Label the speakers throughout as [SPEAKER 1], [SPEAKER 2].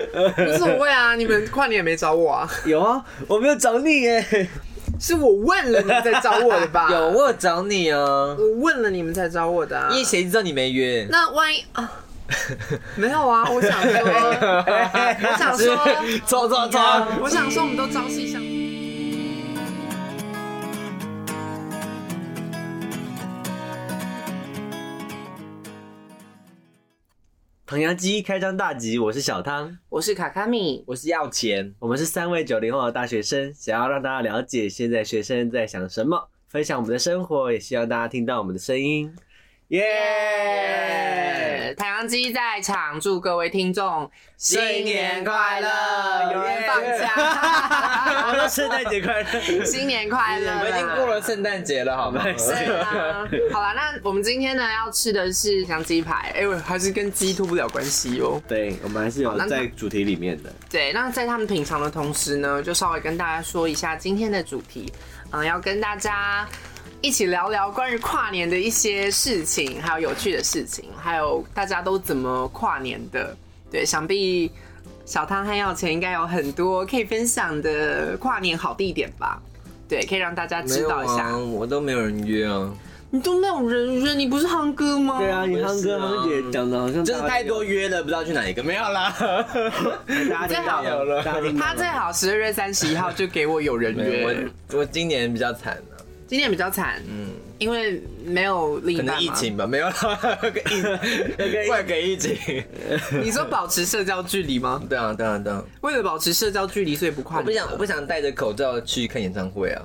[SPEAKER 1] 无所谓啊，你们跨年也没找我啊，
[SPEAKER 2] 有啊，我没有找你耶，
[SPEAKER 1] 是我问了你们才找我的 吧？
[SPEAKER 2] 有我有找你啊，
[SPEAKER 1] 我问了你们才找我的、啊
[SPEAKER 2] 因。为谁知道你没约？
[SPEAKER 1] 那万一啊，没有啊，我想 说，呃我想 说，
[SPEAKER 2] 走走走，
[SPEAKER 1] 我想说，我们都朝夕相。
[SPEAKER 2] 唐扬鸡开张大吉，我是小汤，
[SPEAKER 1] 我是卡卡米，
[SPEAKER 2] 我是要钱，我们是三位九零后的大学生，想要让大家了解现在学生在想什么，分享我们的生活，也希望大家听到我们的声音，耶、
[SPEAKER 1] 耶！太阳鸡在场，祝各位听众
[SPEAKER 2] 新年快乐
[SPEAKER 1] 有人放 假，
[SPEAKER 2] 圣诞节 快乐！
[SPEAKER 1] 新年快乐！
[SPEAKER 3] 我们已经过了圣诞节了， 好吗？
[SPEAKER 1] 对啊，好了，那我们今天呢要吃的是香鸡排，哎、我还是跟鸡脱不了关系哦。
[SPEAKER 2] 对，我们还是有
[SPEAKER 1] 那
[SPEAKER 2] 在主题里面的。
[SPEAKER 1] 对，那在他们品尝的同时呢，就稍微跟大家说一下今天的主题，嗯、要跟大家一起聊聊关于跨年的一些事情，还有有趣的事情，还有大家都怎么跨年的。对，想必小汤和耀前应该有很多可以分享的跨年好地点吧？对，可以让大家
[SPEAKER 3] 没
[SPEAKER 1] 知
[SPEAKER 3] 有
[SPEAKER 1] 道一下。
[SPEAKER 3] 啊，我都没有人约啊，
[SPEAKER 1] 你都没有人约，你不是夯哥吗？
[SPEAKER 2] 对啊，你
[SPEAKER 3] 我
[SPEAKER 2] 汤
[SPEAKER 3] 也是
[SPEAKER 2] 哥
[SPEAKER 3] 啊
[SPEAKER 2] 汤姐讲的好像
[SPEAKER 3] 就是太多约了，不知道去哪一个，没有啦。
[SPEAKER 2] 大家听到
[SPEAKER 3] 最好
[SPEAKER 2] 了，大家听到
[SPEAKER 1] 他最好十二月三十一号就给我有人
[SPEAKER 3] 没有
[SPEAKER 1] 约，
[SPEAKER 3] 我我今年比较惨啊，
[SPEAKER 1] 今年比较惨，嗯，因为没有另一
[SPEAKER 3] 可
[SPEAKER 1] 半嘛
[SPEAKER 3] 能疫，情吧，没有啦， 个疫，怪给疫情。
[SPEAKER 1] 你说保持社交距离吗？
[SPEAKER 3] 对啊，对啊，对啊，
[SPEAKER 1] 为了保持社交距离，所以不跨
[SPEAKER 3] 我不
[SPEAKER 1] 年
[SPEAKER 3] 想，我不想戴着口罩去看演唱会啊，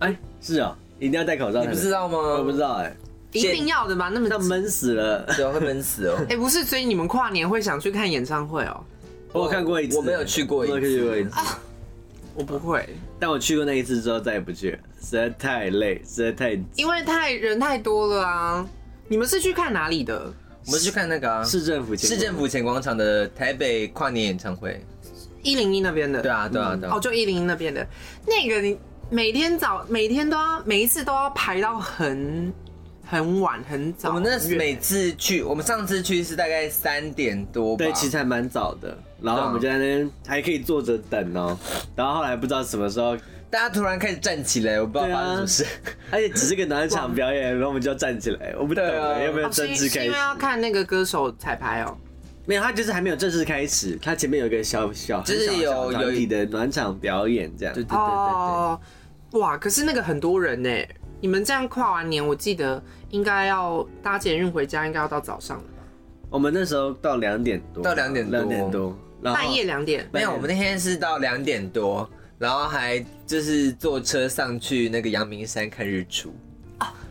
[SPEAKER 2] 哎，是啊，一定要戴口罩。
[SPEAKER 3] 你不知？道吗？
[SPEAKER 2] 我不知，道哎，
[SPEAKER 1] 一定要的吧？那么
[SPEAKER 2] 那闷死了。
[SPEAKER 3] 对啊，会闷死哦。
[SPEAKER 1] 哎、不是，所以你们跨年会想去看演唱会哦、
[SPEAKER 2] 我有看过一次，
[SPEAKER 3] 我没有去过一次
[SPEAKER 2] 我没有去过一次。
[SPEAKER 1] 我不会，
[SPEAKER 2] 但我去过那一次之后再也不去了，实在太累，实在太
[SPEAKER 1] 因为太人太多了啊。你们是去看哪里的？
[SPEAKER 3] 我们去看那个啊，
[SPEAKER 2] 市政府前
[SPEAKER 3] 市政府前广场的台北跨年演唱会。
[SPEAKER 1] 一零一那边的，
[SPEAKER 3] 对啊，对啊，对啊
[SPEAKER 1] 哦，。就一零一那边的那个，你每天早每天都要每一次都要排到很很晚很早。
[SPEAKER 3] 我们那
[SPEAKER 1] 远
[SPEAKER 3] 每次去，我们上次去是大概三点多吧。
[SPEAKER 2] 对，其实还蛮早的。然后我们就在那边还可以坐着等哦、然后后来不知道什么时候，
[SPEAKER 3] 大家突然开始站起来，我不知道
[SPEAKER 2] 对
[SPEAKER 3] 发
[SPEAKER 2] 啊
[SPEAKER 3] 生什么事。
[SPEAKER 2] 而且只是个暖场表演，然后我们就要站起来，我不懂
[SPEAKER 3] 对啊
[SPEAKER 2] 有没有
[SPEAKER 1] 哦是
[SPEAKER 2] 正
[SPEAKER 1] 因
[SPEAKER 2] 式
[SPEAKER 1] 是
[SPEAKER 2] 开
[SPEAKER 1] 因
[SPEAKER 2] 始
[SPEAKER 1] 为？要看那个歌手彩排哦。
[SPEAKER 2] 没有，他就是还没有正式开始，他前面有一个小小
[SPEAKER 3] 就是
[SPEAKER 2] 很小
[SPEAKER 3] 有
[SPEAKER 2] 小团
[SPEAKER 3] 有一
[SPEAKER 2] 体的暖场表演这样。
[SPEAKER 3] 对对对对对。
[SPEAKER 1] 哦，哇！可是那个很多人呢，你们这样跨完年，我记得应该要搭捷运回家，应该要到早上了
[SPEAKER 3] 嗯
[SPEAKER 1] 吧
[SPEAKER 2] 我们那时候到两点多，
[SPEAKER 3] 到2点多
[SPEAKER 2] 两点多，然后
[SPEAKER 1] 半夜两点。
[SPEAKER 3] 没有，我们那天是到两点多，然后还就是坐车上去那个阳明山看日出。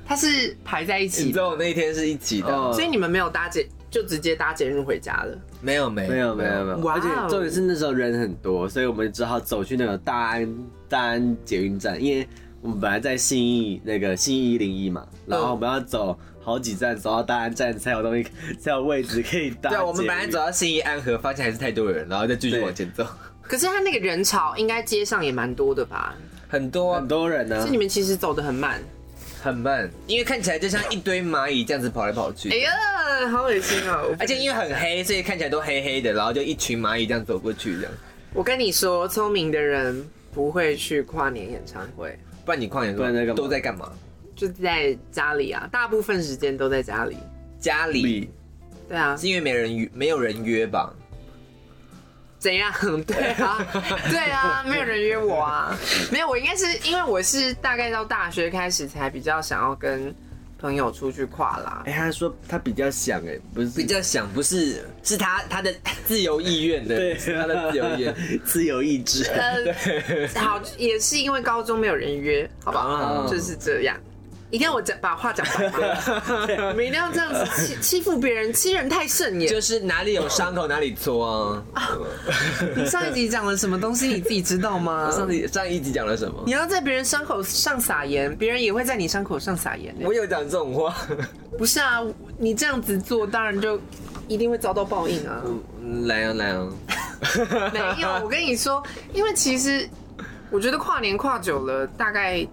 [SPEAKER 1] 它是排在一起
[SPEAKER 3] 嗯你知
[SPEAKER 1] 的，
[SPEAKER 3] 道我那一天是一起的，
[SPEAKER 2] 哦
[SPEAKER 1] 所以你们没有搭捷，就直接搭捷运回家了。
[SPEAKER 3] 没有没
[SPEAKER 2] 没有没有没有，
[SPEAKER 1] 哇哦
[SPEAKER 2] 而且重点是那时候人很多，所以我们只好走去那个大安大安捷运站，因为我们本来在信义那个信义一零一嘛，然后我们要走好几站，走到大安站才有东西， 才有位置可以搭捷
[SPEAKER 3] 对，啊
[SPEAKER 2] 运。
[SPEAKER 3] 我们本来走到信义安和，发现还是太多人，然后再继续
[SPEAKER 2] 对
[SPEAKER 3] 往前走，
[SPEAKER 1] 可是它那个人潮，应该街上也蛮多的吧？
[SPEAKER 3] 很多啊
[SPEAKER 2] 很多人呢、
[SPEAKER 1] 所以你们其实走得很慢。
[SPEAKER 3] 很慢，因为看起来就像一堆蚂蚁这样子跑来跑去。
[SPEAKER 1] 哎呀，好恶心哦！
[SPEAKER 3] 而且因为很黑，所以看起来都黑黑的，然后就一群蚂蚁这样走过去，这样。
[SPEAKER 1] 我跟你说，聪明的人不会去跨年演唱会，
[SPEAKER 3] 不然你跨年的时候
[SPEAKER 2] 不然在干嘛
[SPEAKER 3] 都在干嘛？
[SPEAKER 1] 就在家里啊，大部分时间都在家里。
[SPEAKER 3] 家里
[SPEAKER 1] 对啊，
[SPEAKER 3] 是因为没人约，没有人约吧？
[SPEAKER 1] 怎样？ 对啊，对啊，没有人约我 啊，没有，我应该是因为我是大概到大学开始才比较想要跟朋友出去跨啦。
[SPEAKER 2] 哎、他说他比较想哎、不是
[SPEAKER 3] 比较想不是，是他他的自由意愿的，
[SPEAKER 2] 对
[SPEAKER 3] 是他的自由意愿。
[SPEAKER 2] 自由意志。
[SPEAKER 1] 呃，好，也是因为高中没有人约，好吧，
[SPEAKER 3] 啊
[SPEAKER 1] 就是这样。一定要我讲把话讲白嘛， 你们一定要这样子欺欺负别人，欺人太甚也。
[SPEAKER 3] 就是哪里有伤口哪里搓啊！
[SPEAKER 1] 你上一集讲了什么东西，你自己知道吗？
[SPEAKER 3] 上一上一集讲了什么
[SPEAKER 1] 你？要在别人伤口上撒盐，别人也会在你伤口上撒盐、欸。
[SPEAKER 3] 我有讲这种话，
[SPEAKER 1] 不是啊，你这样子做，当然就一定会遭到报应啊。
[SPEAKER 3] 嗯来啊来啊！
[SPEAKER 1] 没有，我跟你说，因为其实我觉得跨年跨久了，大概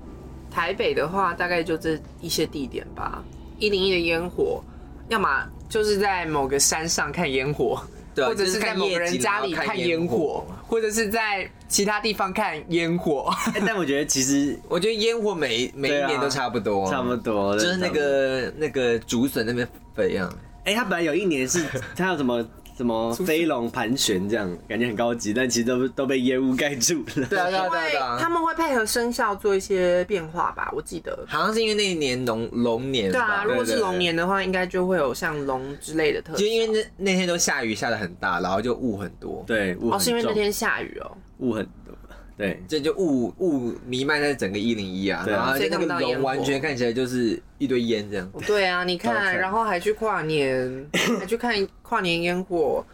[SPEAKER 1] 台北的话，大概就这一些地点吧。一零一的烟火，要么就是在某个山上看烟火，
[SPEAKER 3] 对啊
[SPEAKER 1] 或者
[SPEAKER 3] 就是是
[SPEAKER 1] 在
[SPEAKER 3] 看
[SPEAKER 1] 某
[SPEAKER 3] 夜
[SPEAKER 1] 个人
[SPEAKER 3] 景
[SPEAKER 1] 家
[SPEAKER 3] 然后
[SPEAKER 1] 里
[SPEAKER 3] 看
[SPEAKER 1] 看
[SPEAKER 3] 烟
[SPEAKER 1] 烟火
[SPEAKER 3] 火，
[SPEAKER 1] 或者是在其他地方看烟火。
[SPEAKER 2] 哎但我觉得其实
[SPEAKER 3] 我觉得烟火每每
[SPEAKER 2] 对
[SPEAKER 3] 一
[SPEAKER 2] 啊
[SPEAKER 3] 年都差不 多，
[SPEAKER 2] 差不多，
[SPEAKER 3] 就是那个那个竹笋那边飞啊，
[SPEAKER 2] 哎、他本来有一年是他有什么什么飞龙盘旋这样，感觉很高级，但其实都都被烟雾盖住了。
[SPEAKER 3] 对
[SPEAKER 1] 因
[SPEAKER 3] 啊对啊对啊
[SPEAKER 1] 为
[SPEAKER 3] 对啊，
[SPEAKER 1] 他们会配合生肖做一些变化吧，我记得。
[SPEAKER 3] 好像是因为那一年龙龙年
[SPEAKER 1] 对
[SPEAKER 3] 吧，
[SPEAKER 1] 啊，如果是
[SPEAKER 3] 对
[SPEAKER 1] 龙，年的话，应该就会有像龙之类的特色
[SPEAKER 3] 对对就。因为那那天都下雨下的很大，然后就雾很多，
[SPEAKER 2] 对，雾
[SPEAKER 1] 哦，
[SPEAKER 2] 很
[SPEAKER 1] 是因为那
[SPEAKER 2] 重
[SPEAKER 1] 天下雨哦。
[SPEAKER 2] 雾很多，对，
[SPEAKER 3] 这就雾雾弥漫在整个一零一啊，
[SPEAKER 2] 对啊
[SPEAKER 3] 然后就那
[SPEAKER 1] 所以看不到
[SPEAKER 3] 个
[SPEAKER 1] 烟
[SPEAKER 3] 龙
[SPEAKER 1] 火
[SPEAKER 3] 完全看起来就是一堆烟这样。
[SPEAKER 1] 对啊，你看，
[SPEAKER 2] OK
[SPEAKER 1] 然后还去跨年，还去看跨年烟火，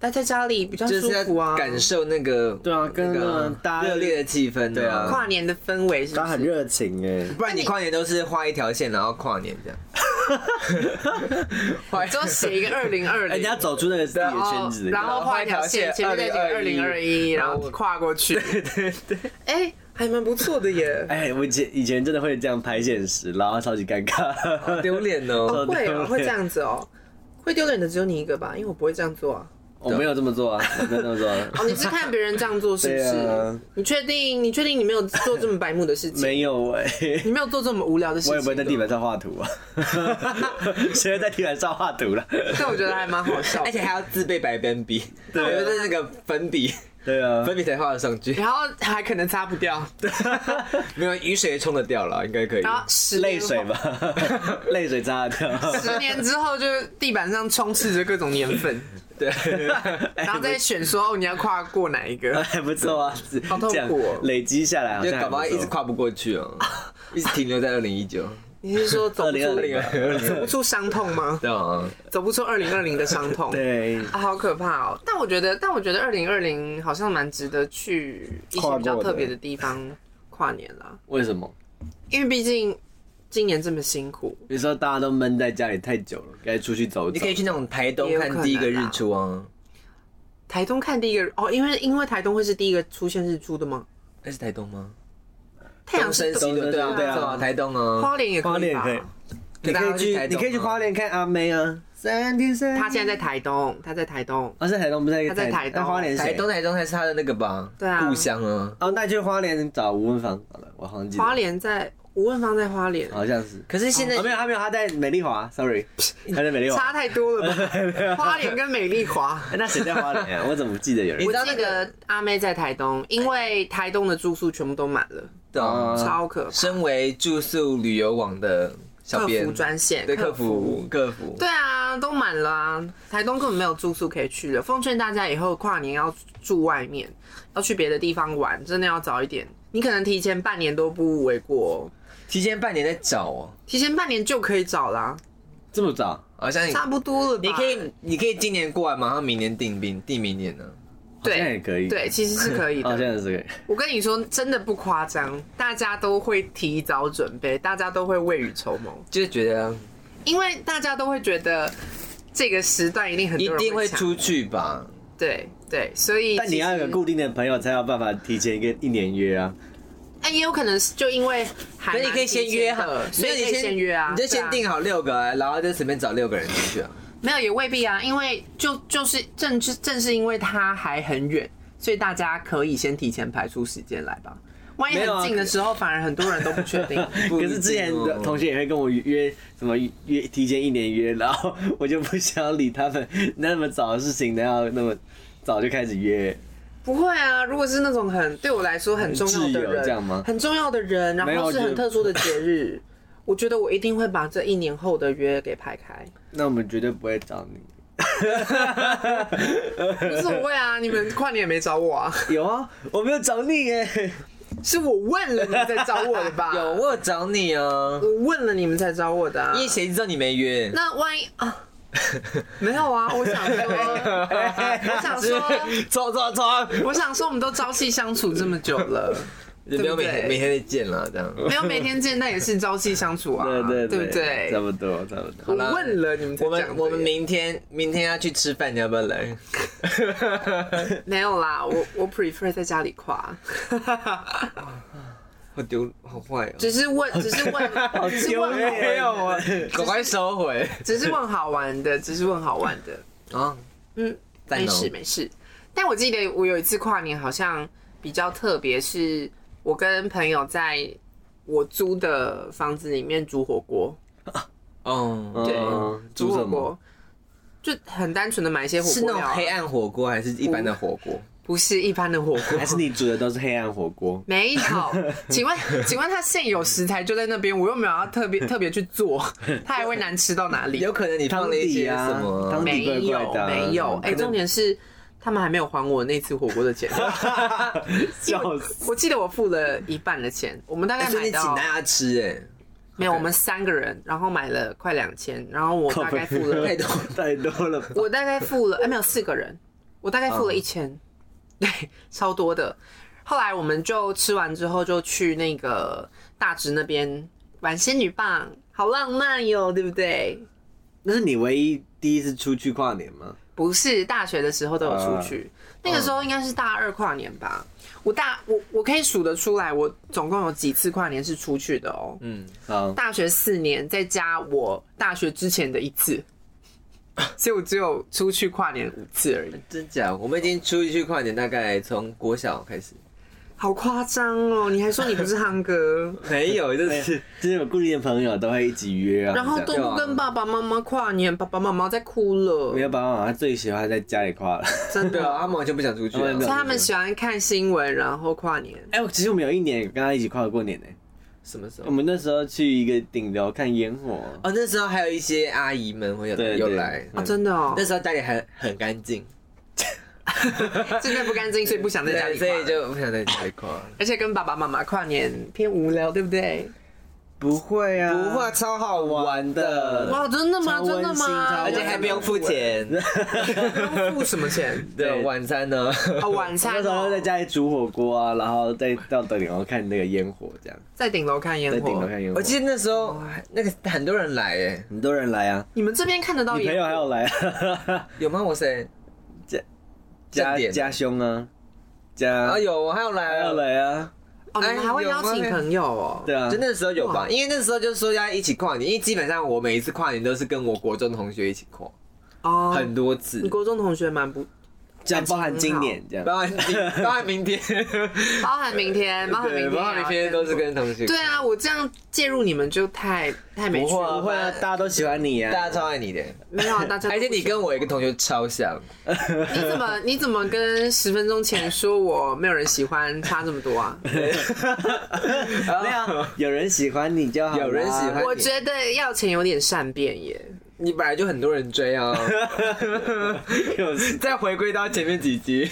[SPEAKER 1] 待在家里比较
[SPEAKER 3] 就
[SPEAKER 1] 舒
[SPEAKER 3] 是要
[SPEAKER 1] 服啊。
[SPEAKER 3] 感受那个
[SPEAKER 2] 对啊跟
[SPEAKER 3] 那个
[SPEAKER 2] 那个大家
[SPEAKER 3] 热烈的气氛，对啊。
[SPEAKER 1] 跨年的氛围是不
[SPEAKER 2] 他很
[SPEAKER 1] 是？
[SPEAKER 2] 热情哎，
[SPEAKER 3] 不然你跨年都是画一条线，然后跨年 这样。
[SPEAKER 1] 之后写一个二零二零，
[SPEAKER 2] 人家走出那个自己的
[SPEAKER 1] 然
[SPEAKER 2] 圈
[SPEAKER 1] 后
[SPEAKER 2] 子，
[SPEAKER 1] 哦然后画一条线，前面那个二零二一，然后跨过去。对对对，哎，还蛮不错的 耶。
[SPEAKER 2] 哎，我以前以前真的会这样拍现实，然后超级尴 尬。
[SPEAKER 3] 丢脸哦！
[SPEAKER 2] 好
[SPEAKER 1] 会
[SPEAKER 2] 丢
[SPEAKER 1] 哦，
[SPEAKER 2] 脸
[SPEAKER 1] 会这样子哦。会丢脸的只有你一个吧，因为我不会这样做啊。
[SPEAKER 2] 我没有这么做啊，我没有这么做啊，
[SPEAKER 1] 哦，你是看别人这样做是不
[SPEAKER 2] 对
[SPEAKER 1] 是
[SPEAKER 2] 啊？
[SPEAKER 1] 你确定？你确定你没有做这么白目的事情？
[SPEAKER 2] 没有哎，
[SPEAKER 1] 你没有做这么无聊的事情？
[SPEAKER 2] 我也不会在地板上 画图啊，谁会在地板上画图了？
[SPEAKER 1] 但我觉得还蛮好笑的
[SPEAKER 3] 而。且还要自备白粉笔，
[SPEAKER 2] 对啊
[SPEAKER 3] 我就是那个粉笔，
[SPEAKER 2] 对啊，
[SPEAKER 3] 粉笔才画得上去。
[SPEAKER 1] 然后还可能擦不掉，
[SPEAKER 3] 没有雨水冲得掉了，应该可以。
[SPEAKER 1] 然后十年
[SPEAKER 2] 泪
[SPEAKER 1] 后
[SPEAKER 2] 水吧，泪水擦得掉。
[SPEAKER 1] 十年之后，就是地板上充斥着各种年 份，
[SPEAKER 3] 对，
[SPEAKER 1] 然后再选说哦，你要跨过哪一 个？
[SPEAKER 2] 还不错啊，
[SPEAKER 1] 好痛苦哦
[SPEAKER 2] 这样累积下来好
[SPEAKER 3] 就
[SPEAKER 2] 像
[SPEAKER 3] 搞不好一直跨不过去哦，一直停留在二零一九。
[SPEAKER 1] 你是说走
[SPEAKER 2] 二
[SPEAKER 1] 不
[SPEAKER 2] 零二
[SPEAKER 1] 出啊
[SPEAKER 2] 零，啊
[SPEAKER 1] 走不出伤痛 吗？
[SPEAKER 3] 对啊，
[SPEAKER 1] 走不出二零二零的伤痛，
[SPEAKER 2] 对，
[SPEAKER 1] 啊，好可怕哦！但我觉得，但我觉得二零二零好像蛮值得去一些
[SPEAKER 2] 跨
[SPEAKER 1] 比
[SPEAKER 2] 过
[SPEAKER 1] 较
[SPEAKER 2] 的
[SPEAKER 1] 特别的地方跨年啦，
[SPEAKER 2] 为什么？
[SPEAKER 1] 因为毕竟今年这么辛苦，
[SPEAKER 2] 比如说大家都闷在家里太久了，该出去走走。
[SPEAKER 3] 你可以去那种台东看第一个日出啊，
[SPEAKER 1] 台东看第一个哦，因为因为台东会是第一个出现日出的吗？
[SPEAKER 3] 那是台东吗？
[SPEAKER 1] 太阳升
[SPEAKER 2] 西的
[SPEAKER 3] 对啊，
[SPEAKER 2] 对
[SPEAKER 3] 对
[SPEAKER 2] 啊
[SPEAKER 3] 啊，台东啊，
[SPEAKER 1] 花莲也
[SPEAKER 2] 花
[SPEAKER 1] 可以
[SPEAKER 2] 莲也
[SPEAKER 1] 吧
[SPEAKER 2] 可以？你
[SPEAKER 3] 大
[SPEAKER 2] 可以
[SPEAKER 3] 家都去台
[SPEAKER 2] 去，
[SPEAKER 3] 东
[SPEAKER 2] 你可以去
[SPEAKER 3] 啊
[SPEAKER 2] 花莲看阿妹啊，三天三夜。
[SPEAKER 1] 他现在在台东，他在台东。
[SPEAKER 2] 哦，在台东，不在
[SPEAKER 1] 他在台东
[SPEAKER 2] 那花莲谁
[SPEAKER 3] 台东台东才是他的那个吧？
[SPEAKER 1] 对啊
[SPEAKER 3] 故乡啊。
[SPEAKER 2] 哦，那你去花莲找吴文芳好了，我好像
[SPEAKER 3] 嗯
[SPEAKER 2] 记得
[SPEAKER 1] 花莲在吴问芳在花莲，
[SPEAKER 2] 好像是。
[SPEAKER 3] 可是现在
[SPEAKER 2] 哦，没有，他没有，他在美丽华，sorry，他在美丽华。
[SPEAKER 1] 差太多了吧？花莲跟美丽华。
[SPEAKER 2] 哎那谁在花莲啊？我怎么记得有人
[SPEAKER 1] 我
[SPEAKER 3] 知道
[SPEAKER 1] 记
[SPEAKER 3] 那
[SPEAKER 1] 得阿妹在台东，因为台东的住宿全部都满了，
[SPEAKER 3] 懂
[SPEAKER 2] 嗯
[SPEAKER 1] 超可怕。
[SPEAKER 3] 啊身为住宿旅游网的小
[SPEAKER 1] 客
[SPEAKER 3] 编
[SPEAKER 1] 服，专线，
[SPEAKER 3] 对客服客服，
[SPEAKER 1] 对啊，都满了啊！台东根本没有住宿可以去了。奉劝大家以后跨年要住外面，要去别的地方玩，真的要早一点。你可能提前半年都不为过、哦，
[SPEAKER 3] 提前半年在找哦，
[SPEAKER 1] 提前半年就可以找啦，
[SPEAKER 2] 这么早？
[SPEAKER 3] 好像你
[SPEAKER 1] 差不多了吧。
[SPEAKER 3] 你可以你可以今年过来嘛，然后明年定兵定明年呢，
[SPEAKER 2] 好像
[SPEAKER 1] 对
[SPEAKER 2] 也可以。
[SPEAKER 1] 对，，其实是可以的
[SPEAKER 2] 哦，。现在是可以。
[SPEAKER 1] 我跟你说，真的不夸张，大家都会提早准备，大家都会未雨绸缪，
[SPEAKER 3] 就是觉得
[SPEAKER 1] 因为大家都会觉得这个时段一定很
[SPEAKER 3] 一
[SPEAKER 1] 多人
[SPEAKER 3] 定会
[SPEAKER 1] 抢
[SPEAKER 3] 出去吧。
[SPEAKER 1] 对对，所以
[SPEAKER 2] 但你要有
[SPEAKER 1] 其实
[SPEAKER 2] 固定的朋友，才有办法提前一个一年约啊。
[SPEAKER 1] 哎，也有可能是就因为还
[SPEAKER 3] 可
[SPEAKER 1] 蛮
[SPEAKER 3] 是你可以先约好
[SPEAKER 1] 新鲜的，所
[SPEAKER 3] 没
[SPEAKER 1] 以
[SPEAKER 3] 有
[SPEAKER 1] 可以先约啊，
[SPEAKER 3] 你就
[SPEAKER 1] 对
[SPEAKER 3] 先
[SPEAKER 1] 啊。
[SPEAKER 3] 定好六个啊，然后就随便找六个人进去啊。
[SPEAKER 1] 没有也未必啊，因为就就是正是正是因为它还很远，所以大家可以先提前排出时间来吧。万一
[SPEAKER 2] 没有
[SPEAKER 1] 很
[SPEAKER 2] 啊
[SPEAKER 1] 近的时候，反而很多人都不确定。
[SPEAKER 3] 不一
[SPEAKER 2] 可
[SPEAKER 3] 定哦
[SPEAKER 2] 是之前的同学也会跟我约什么约提前一年约，然后我就不想理他们那么早的事情，然后那么早就开始约，
[SPEAKER 1] 不会啊，如果是那种很对我来说很重要的
[SPEAKER 2] 很挚
[SPEAKER 1] 人，
[SPEAKER 2] 友这样吗
[SPEAKER 1] 很重要的人，
[SPEAKER 2] 没
[SPEAKER 1] 然
[SPEAKER 2] 有
[SPEAKER 1] 后
[SPEAKER 2] 我
[SPEAKER 1] 是
[SPEAKER 2] 觉得
[SPEAKER 1] 很特殊的节
[SPEAKER 3] 啊
[SPEAKER 1] 日，我觉得我一定会把这一年后的约给排 开。
[SPEAKER 2] 那我们绝对不会找你。
[SPEAKER 1] 不是我问啊，你们跨年也没找我啊，
[SPEAKER 2] 有啊，我没有找你耶。
[SPEAKER 1] 是我问了你们才找我的吧？
[SPEAKER 3] 有，我有找你啊，
[SPEAKER 1] 我问了你们才找我的、啊
[SPEAKER 3] 因。为谁知道你 没约？
[SPEAKER 1] 那万一啊，没有啊，我想说， 我想说，
[SPEAKER 3] 走走走，
[SPEAKER 1] 我想说，我们都朝夕相处这么久 了。
[SPEAKER 3] 就不要每
[SPEAKER 1] 对不对
[SPEAKER 3] 每天再见了这样。
[SPEAKER 1] 没有每天见，但也是朝夕相处啊，
[SPEAKER 2] 对对
[SPEAKER 1] 对不
[SPEAKER 2] 差
[SPEAKER 1] 对？
[SPEAKER 2] 不多差不多。
[SPEAKER 1] 我
[SPEAKER 2] 好了，
[SPEAKER 1] 问了你们才
[SPEAKER 3] 我
[SPEAKER 1] 讲这个，
[SPEAKER 3] 们我们明天明天要去吃饭，你要不要来？
[SPEAKER 1] 没有啦，我我 prefer 在家里跨，
[SPEAKER 3] 好丢，好坏哦！
[SPEAKER 1] 只是问，只是问，只是问好
[SPEAKER 2] 没有啊，
[SPEAKER 3] 赶快收回
[SPEAKER 1] 只是问好玩的，只是问好玩的。
[SPEAKER 3] 啊！
[SPEAKER 1] 嗯，
[SPEAKER 3] 赞
[SPEAKER 1] 没
[SPEAKER 3] 哦
[SPEAKER 1] 事没事。但我记得我有一次跨年好像比较特别，是我跟朋友在我租的房子里面煮火锅，
[SPEAKER 3] 哦，
[SPEAKER 1] 对
[SPEAKER 2] 嗯，
[SPEAKER 1] 煮
[SPEAKER 2] 煮
[SPEAKER 1] 火
[SPEAKER 2] 什么？
[SPEAKER 1] 锅就很单纯的买一些火
[SPEAKER 3] 是
[SPEAKER 1] 锅
[SPEAKER 3] 那种
[SPEAKER 1] 料啊，
[SPEAKER 3] 黑暗火锅还是一般的火锅？
[SPEAKER 1] 不是一般的火锅
[SPEAKER 2] 还。是你煮的都是黑暗火锅？
[SPEAKER 1] 没有，请问，请问他现有食材就在那边，我又没有要特别特别去 做，他还会难吃到哪里？
[SPEAKER 3] 有可能你放
[SPEAKER 2] 汤
[SPEAKER 3] 了一
[SPEAKER 2] 底
[SPEAKER 3] 些
[SPEAKER 2] 啊
[SPEAKER 3] 什么？
[SPEAKER 2] 汤
[SPEAKER 1] 没
[SPEAKER 2] 底怪怪
[SPEAKER 1] 有，
[SPEAKER 2] 的啊
[SPEAKER 1] 没有。哎、
[SPEAKER 2] 可能
[SPEAKER 1] 重点是他们还没有还我那次火锅的 钱，
[SPEAKER 2] 笑死！
[SPEAKER 1] 我记得我付了一半的钱，我们大概
[SPEAKER 3] 哎所
[SPEAKER 1] 买
[SPEAKER 3] 以你请
[SPEAKER 1] 到
[SPEAKER 3] 大家吃哎，
[SPEAKER 1] 没有，我们三个人，然后买了快两千，然后我大概付
[SPEAKER 2] 太
[SPEAKER 1] 了，
[SPEAKER 2] 多 太多了吧，
[SPEAKER 1] 我大概付了，哎，没有四个人，我大概付了
[SPEAKER 2] 嗯
[SPEAKER 1] 一千， 对，超多的。后来我们就吃完之后就去那个大直那边玩仙女棒，好浪漫哟，对不对？
[SPEAKER 2] 那是你唯一第一次出去跨年吗？
[SPEAKER 1] 不是大学的时候都有出去，那个时候应该是大二跨年吧。我大我我可以数得出来，我总共有几次跨年是出去的哦。
[SPEAKER 3] 嗯，
[SPEAKER 2] 好，
[SPEAKER 1] 大学四年再加我大学之前的一 次，所以我只有出去跨年五次而已，
[SPEAKER 3] 真假？我们已经出去跨年，大概从国小开始，
[SPEAKER 1] 好夸张哦！你还说你不是夯哥，
[SPEAKER 3] 没有，就是
[SPEAKER 2] 就是有固定的朋友都会一起约 啊。
[SPEAKER 1] 然后
[SPEAKER 2] 这
[SPEAKER 1] 都
[SPEAKER 2] 样
[SPEAKER 1] 不跟爸爸妈妈跨年，爸爸妈妈在哭了
[SPEAKER 2] 没，有爸爸妈妈最喜欢在家里 跨了。
[SPEAKER 1] 真
[SPEAKER 3] 对
[SPEAKER 1] 的。
[SPEAKER 3] 啊，他们完全不想出去
[SPEAKER 2] 他们没
[SPEAKER 1] 所以
[SPEAKER 2] 有
[SPEAKER 3] 啊。
[SPEAKER 1] 他们喜欢看新闻，然后跨年。
[SPEAKER 2] 哎、我其实我们有一年跟他一起跨过年呢、
[SPEAKER 3] 什么时
[SPEAKER 2] 我
[SPEAKER 3] 候？
[SPEAKER 2] 们那时候去一个顶楼看烟火，
[SPEAKER 3] 哦，那时候还有一些阿姨们会有
[SPEAKER 2] 对
[SPEAKER 3] 有
[SPEAKER 2] 对
[SPEAKER 3] 来，
[SPEAKER 1] 啊，真的 哦，
[SPEAKER 3] 那时候家里还很干净，
[SPEAKER 1] 真的不干净，所以不想在家里
[SPEAKER 3] 对，
[SPEAKER 1] 跨
[SPEAKER 3] 所
[SPEAKER 1] 了。
[SPEAKER 3] 以就不想在家里跨了。
[SPEAKER 1] 而且跟爸爸妈妈跨年偏无聊，对不对？
[SPEAKER 2] 不会啊，
[SPEAKER 3] 不会，超好玩的，
[SPEAKER 1] 哇，真的吗？
[SPEAKER 2] 超温
[SPEAKER 1] 真的
[SPEAKER 2] 馨超
[SPEAKER 1] 吗？
[SPEAKER 3] 而
[SPEAKER 2] 温馨
[SPEAKER 3] 且还不用付钱。
[SPEAKER 1] 不用付什么 钱
[SPEAKER 3] 对，晚餐哦呢？
[SPEAKER 1] 啊？晚餐
[SPEAKER 2] 那时候
[SPEAKER 1] 哦
[SPEAKER 2] 在家里煮火锅啊，然后再到顶楼看那个烟火，这样
[SPEAKER 1] 在顶楼看烟
[SPEAKER 2] 在
[SPEAKER 1] 火
[SPEAKER 2] 顶楼。看烟火
[SPEAKER 3] 我，记得那时候那个很多人来哎，
[SPEAKER 2] 很多人来啊，
[SPEAKER 1] 你们这边看得到
[SPEAKER 2] 你朋
[SPEAKER 1] 烟
[SPEAKER 2] 友
[SPEAKER 1] 火？
[SPEAKER 2] 还有来啊，
[SPEAKER 3] 有吗？我谁？
[SPEAKER 2] 家
[SPEAKER 3] 正点
[SPEAKER 2] 家兄啊，家
[SPEAKER 3] 啊有，我还有
[SPEAKER 2] 还
[SPEAKER 3] 来
[SPEAKER 2] 有
[SPEAKER 3] 哦，
[SPEAKER 2] 来啊，
[SPEAKER 1] 哦，你们还会
[SPEAKER 3] 哎有
[SPEAKER 1] 邀
[SPEAKER 3] 吗
[SPEAKER 1] 请朋友哦？
[SPEAKER 2] 对啊
[SPEAKER 3] 就，那时候有吧
[SPEAKER 1] 哇，
[SPEAKER 3] 因为那时候就是说要一起跨年，因为基本上我每一次跨年都是跟我国中同学一起跨，
[SPEAKER 1] 哦，
[SPEAKER 3] 很多次
[SPEAKER 1] 你，国中同学蛮不，
[SPEAKER 2] 这样包含今年这样，
[SPEAKER 3] 包含 今包含明天，
[SPEAKER 1] 包含明天，包含明天，
[SPEAKER 3] 对，包含明天啊都是。跟同学。
[SPEAKER 1] 对，啊，我这样介入你们就太太没趣
[SPEAKER 3] 不会
[SPEAKER 2] 不
[SPEAKER 1] 了。
[SPEAKER 2] 会啊，大家都喜欢你
[SPEAKER 3] 大
[SPEAKER 2] 啊，
[SPEAKER 3] 家超爱你的，
[SPEAKER 1] 没有啊，大家都
[SPEAKER 3] 而且你
[SPEAKER 1] 不喜欢
[SPEAKER 3] 跟我一个同学超 像，
[SPEAKER 1] 你怎么你怎么跟十分钟前说我没有人喜欢差这么多 啊？
[SPEAKER 3] 哦
[SPEAKER 2] 没
[SPEAKER 3] 啊
[SPEAKER 2] 有，有人啊喜欢你就好啦，
[SPEAKER 3] 有人喜欢
[SPEAKER 1] 我觉得要钱有点善变耶。
[SPEAKER 3] 你本来就很多人追 啊。
[SPEAKER 2] 有
[SPEAKER 3] 再回归到前面几 集，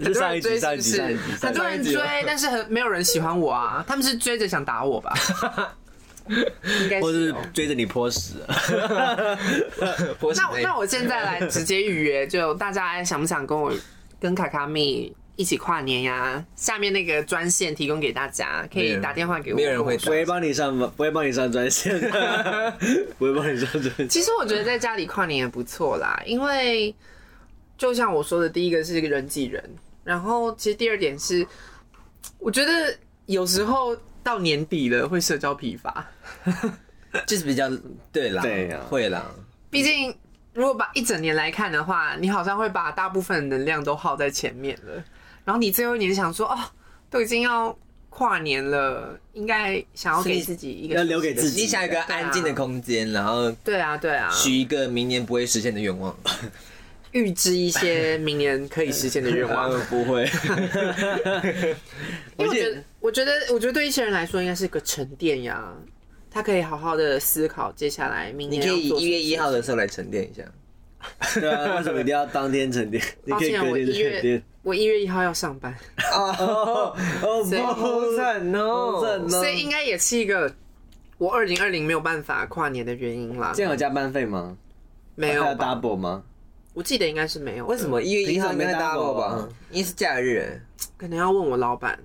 [SPEAKER 2] 是上一集上
[SPEAKER 1] 很多
[SPEAKER 2] 一集上一
[SPEAKER 1] 人追是
[SPEAKER 2] 集
[SPEAKER 1] 不是，
[SPEAKER 2] 上
[SPEAKER 1] 很
[SPEAKER 2] 一集
[SPEAKER 1] 多人追，但是很没有人喜欢我啊。他们是追着想打我 吧？应该
[SPEAKER 2] 或
[SPEAKER 1] 是
[SPEAKER 2] 是
[SPEAKER 1] 哦。
[SPEAKER 2] 追着你泼屎，啊
[SPEAKER 3] 我是
[SPEAKER 1] 那我那我现在来直接预约，就大家想不想跟我跟卡卡蜜一起跨年呀？下面那个专线提供给大家，可
[SPEAKER 3] 没
[SPEAKER 1] 以
[SPEAKER 3] 人
[SPEAKER 1] 打电话给我。
[SPEAKER 3] 没有人会
[SPEAKER 2] 不会帮你上，不会帮你上专 线的，不会帮你上专线。
[SPEAKER 1] 其实我觉得在家里跨年也不错啦，因为就像我说的，第一个是人挤人，然后其实第二点是，我觉得有时候到年底了会社交疲乏，
[SPEAKER 3] 就是比较对啦，
[SPEAKER 2] 对啊
[SPEAKER 3] 会啦，
[SPEAKER 1] 毕竟如果把一整年来看的话，你好像会把大部分能量都耗在前面了，然后你最后一年想说，哦，都已经要跨年了，应该想要
[SPEAKER 3] 所以
[SPEAKER 1] 给自己一个
[SPEAKER 2] 要留给自己
[SPEAKER 3] 你想一个安静的空间，然后
[SPEAKER 1] 对啊对啊，
[SPEAKER 3] 许一个明年不会实现的愿 望。
[SPEAKER 1] 预知一些明年可以实现的愿望。
[SPEAKER 3] 呃不会，
[SPEAKER 1] 因为我
[SPEAKER 2] 而且
[SPEAKER 1] 觉得，我觉得，我觉得对一些人来说，应该是个沉淀呀。他可以好好的思考接下来明
[SPEAKER 3] 你
[SPEAKER 1] 年
[SPEAKER 3] 可以
[SPEAKER 1] 要做什么
[SPEAKER 3] 一月一号
[SPEAKER 1] 事
[SPEAKER 3] 的时候来沉淀一下。
[SPEAKER 2] 对啊，为什么一定要当天沉淀？你
[SPEAKER 1] 情。抱
[SPEAKER 2] 可以
[SPEAKER 1] 歉，
[SPEAKER 2] 隔
[SPEAKER 1] 我
[SPEAKER 2] 天
[SPEAKER 1] 一
[SPEAKER 2] 沉
[SPEAKER 1] 月
[SPEAKER 2] 淀。
[SPEAKER 1] 我一月一号要上班，
[SPEAKER 3] 哦，
[SPEAKER 2] 哦，
[SPEAKER 1] 所以
[SPEAKER 2] 不
[SPEAKER 3] 惨
[SPEAKER 2] 好惨
[SPEAKER 3] 哦！
[SPEAKER 2] 哦
[SPEAKER 1] 所以应该也是一个我二零二零没有办法跨年的原因啦
[SPEAKER 2] 这。样有加班费吗？
[SPEAKER 1] 没
[SPEAKER 2] 还
[SPEAKER 1] 有
[SPEAKER 2] 有
[SPEAKER 1] 吧，
[SPEAKER 2] double 吗？
[SPEAKER 1] 我记得应该是没有。
[SPEAKER 3] 为什？么一月一号应该
[SPEAKER 2] 凭什么没
[SPEAKER 3] double 吧
[SPEAKER 2] double 啊？
[SPEAKER 3] 因为是假日，
[SPEAKER 1] 可能要问我老板。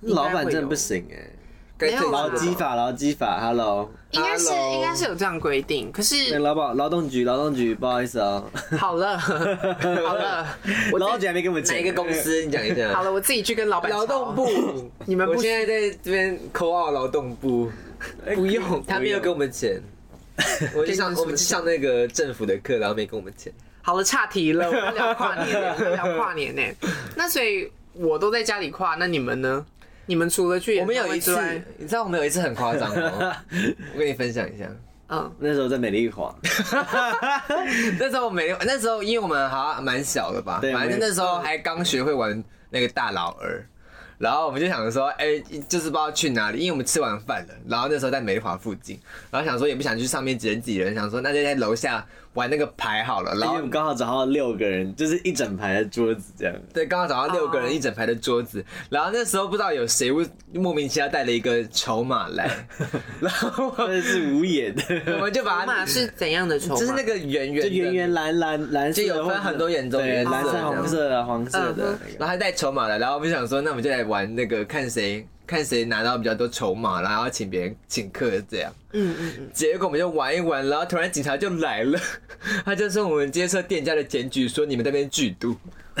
[SPEAKER 1] 应该
[SPEAKER 2] 老
[SPEAKER 1] 会有
[SPEAKER 2] 板真的不行哎，
[SPEAKER 3] 该
[SPEAKER 1] 没有
[SPEAKER 3] 退
[SPEAKER 1] 啊
[SPEAKER 2] 劳基法，劳基法，Hello，
[SPEAKER 1] 应该是
[SPEAKER 3] Hello
[SPEAKER 1] 应该是有这样规定，可
[SPEAKER 2] 那
[SPEAKER 1] 是
[SPEAKER 2] 劳保哎劳动局，劳动局，不好意思哦，
[SPEAKER 1] 好了 好了，我
[SPEAKER 2] 劳
[SPEAKER 1] 自
[SPEAKER 2] 动局
[SPEAKER 1] 己
[SPEAKER 2] 还没给我们
[SPEAKER 3] 哪
[SPEAKER 2] 钱。
[SPEAKER 3] 一个公？司？你讲一
[SPEAKER 1] 好
[SPEAKER 3] 下。
[SPEAKER 1] 了，我自己去跟老板
[SPEAKER 3] 劳动
[SPEAKER 1] 吵，
[SPEAKER 3] 部，
[SPEAKER 1] 你们
[SPEAKER 3] 我
[SPEAKER 1] 不
[SPEAKER 3] 现在在这边扣二劳动部，
[SPEAKER 2] 不用
[SPEAKER 3] 他没有给我们钱。我就上，我们去上那个政府的课，然后没给我们钱。
[SPEAKER 1] 好了，岔题 了，我们要聊跨年了，我们要聊跨年呢、那所以我都在家里跨，那你们呢？你们除了去
[SPEAKER 3] 我
[SPEAKER 1] 演
[SPEAKER 3] 们
[SPEAKER 1] 唱
[SPEAKER 3] 有
[SPEAKER 1] 会
[SPEAKER 3] 一
[SPEAKER 1] 之
[SPEAKER 3] 次
[SPEAKER 1] 外，，
[SPEAKER 3] 你知道我们有一次很夸张哦，我跟你分享一下。
[SPEAKER 1] 嗯，
[SPEAKER 2] 那时候在美丽华，
[SPEAKER 3] 那时候我没有，那时候因为我们好像蛮小的吧，
[SPEAKER 2] 对
[SPEAKER 3] 反正
[SPEAKER 2] 没
[SPEAKER 3] 那时候还刚学会玩那个大老二，然后我们就想说，哎、就是不知道去哪里，因为我们吃完饭了，然后那时候在梅华附近，然后想说也不想去上面人挤人，想说那就在楼下玩那个牌好了，
[SPEAKER 2] 因
[SPEAKER 3] 然
[SPEAKER 2] 为
[SPEAKER 3] 后
[SPEAKER 2] 我们刚好找到六个人，就是一整排的桌子这 样。
[SPEAKER 3] 对，刚好找到六个
[SPEAKER 1] 哦
[SPEAKER 3] 人一整排的桌
[SPEAKER 2] 啊
[SPEAKER 3] 子，然后那时候不知道有谁会莫名其妙带了一个筹码来， 然后
[SPEAKER 2] 真的是无眼 的，
[SPEAKER 3] 我们就把
[SPEAKER 1] 筹
[SPEAKER 3] 它
[SPEAKER 1] 码，是怎样的筹码？
[SPEAKER 3] 就是那个圆圆
[SPEAKER 2] 就
[SPEAKER 3] 的
[SPEAKER 2] 圆圆蓝蓝蓝色的，
[SPEAKER 3] 就有分
[SPEAKER 2] 或者
[SPEAKER 3] 很多眼中
[SPEAKER 2] 对，
[SPEAKER 3] 颜色
[SPEAKER 2] 蓝色、
[SPEAKER 3] 这样
[SPEAKER 2] 红色的、黄色
[SPEAKER 1] 嗯
[SPEAKER 2] 的
[SPEAKER 1] 哼
[SPEAKER 2] 那个。
[SPEAKER 3] 然后还带筹码来，然后我们想说，那我们就来玩那个，看谁看谁拿到比较多筹码，然后请别人请客这样。
[SPEAKER 1] 嗯嗯嗯，
[SPEAKER 3] 结果我们就玩一玩，然后突然警察就来了， 他就说我们接受店家的检举，说你们在那边剧毒。嗯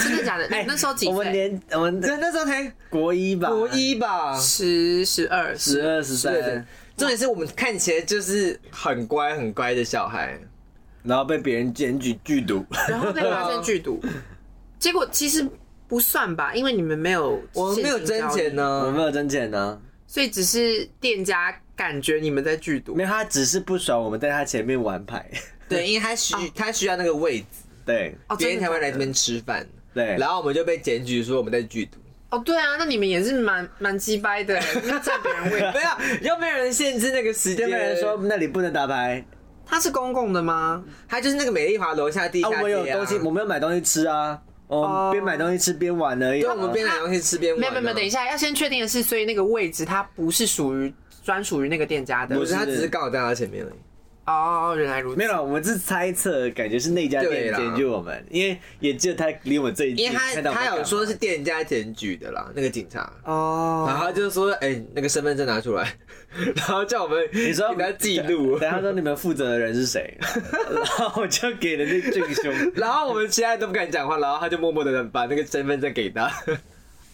[SPEAKER 1] 真的假的？
[SPEAKER 3] 哎
[SPEAKER 1] 你那时候几
[SPEAKER 2] 哎我们
[SPEAKER 1] 岁？
[SPEAKER 2] 连我们
[SPEAKER 3] 那那时候才
[SPEAKER 2] 国一吧，
[SPEAKER 3] 国一吧，
[SPEAKER 1] 十、十二、
[SPEAKER 2] 十二十
[SPEAKER 3] 对对
[SPEAKER 2] 三，。
[SPEAKER 3] 重点是我们看起来就是很乖很乖的小孩，
[SPEAKER 2] 然后被别人检举剧毒，
[SPEAKER 1] 然后被发现剧 毒，结果其实不算吧，因为你们没有，
[SPEAKER 3] 我们没有真钱，
[SPEAKER 1] 嗯
[SPEAKER 2] 我们
[SPEAKER 3] 呢。
[SPEAKER 2] 没有真钱啊呢，
[SPEAKER 1] 所以只是店家感觉你们在剧毒
[SPEAKER 2] 没。有，他只是不爽我们在他前面玩牌，
[SPEAKER 3] 对，因为他需他需要那个位置，
[SPEAKER 2] 对
[SPEAKER 1] 哦，
[SPEAKER 3] 别人才会来
[SPEAKER 1] 真的假
[SPEAKER 3] 这
[SPEAKER 1] 的
[SPEAKER 3] 边吃饭。
[SPEAKER 2] 对，
[SPEAKER 3] 然后我们就被检举说我们在剧 毒。
[SPEAKER 1] 哦，对啊，那你们也是蛮蛮鸡掰 的，你们占别人位。
[SPEAKER 3] 没有，又没有人限制那个时
[SPEAKER 2] 就
[SPEAKER 3] 间。
[SPEAKER 2] 没有人说那里不能打牌
[SPEAKER 1] 它是公共的吗？
[SPEAKER 3] 他就是那个美丽华楼下地
[SPEAKER 2] 啊，
[SPEAKER 3] 下街、啊
[SPEAKER 2] 我有东西，我没有买东西吃啊，
[SPEAKER 1] 哦
[SPEAKER 2] 我边买东西吃边玩而已
[SPEAKER 3] 对，
[SPEAKER 2] 啊。
[SPEAKER 3] 我们边买东西吃边玩、
[SPEAKER 1] 没
[SPEAKER 3] 啊。
[SPEAKER 1] 有没有没有，等一下，要先确定的是，所以那个位置它不是属于专属于那个店家的。
[SPEAKER 3] 不是，
[SPEAKER 2] 不
[SPEAKER 3] 他
[SPEAKER 2] 是
[SPEAKER 3] 只是刚好在他前面而已。
[SPEAKER 1] 哦，原来如此
[SPEAKER 2] 没。有啦，我们是猜测，感觉是那家
[SPEAKER 3] 对
[SPEAKER 2] 店
[SPEAKER 3] 啦
[SPEAKER 2] 检举我们，因为也只有他离我们最近，
[SPEAKER 3] 因为他
[SPEAKER 2] 看到我们
[SPEAKER 3] 他
[SPEAKER 2] 在干
[SPEAKER 3] 有
[SPEAKER 2] 嘛
[SPEAKER 3] 说是店家检举的啦，那个警察。然
[SPEAKER 1] 哦，
[SPEAKER 3] 后他就说：“哎、那个身份证拿出来， 然后叫我们
[SPEAKER 2] 你说
[SPEAKER 3] 给他记 录。
[SPEAKER 2] 等一下说你们负责的人是谁，然后我就给了那俊兄，
[SPEAKER 3] 然后我们其他人都不敢讲话，然后他就默默的 把那个身份证给他。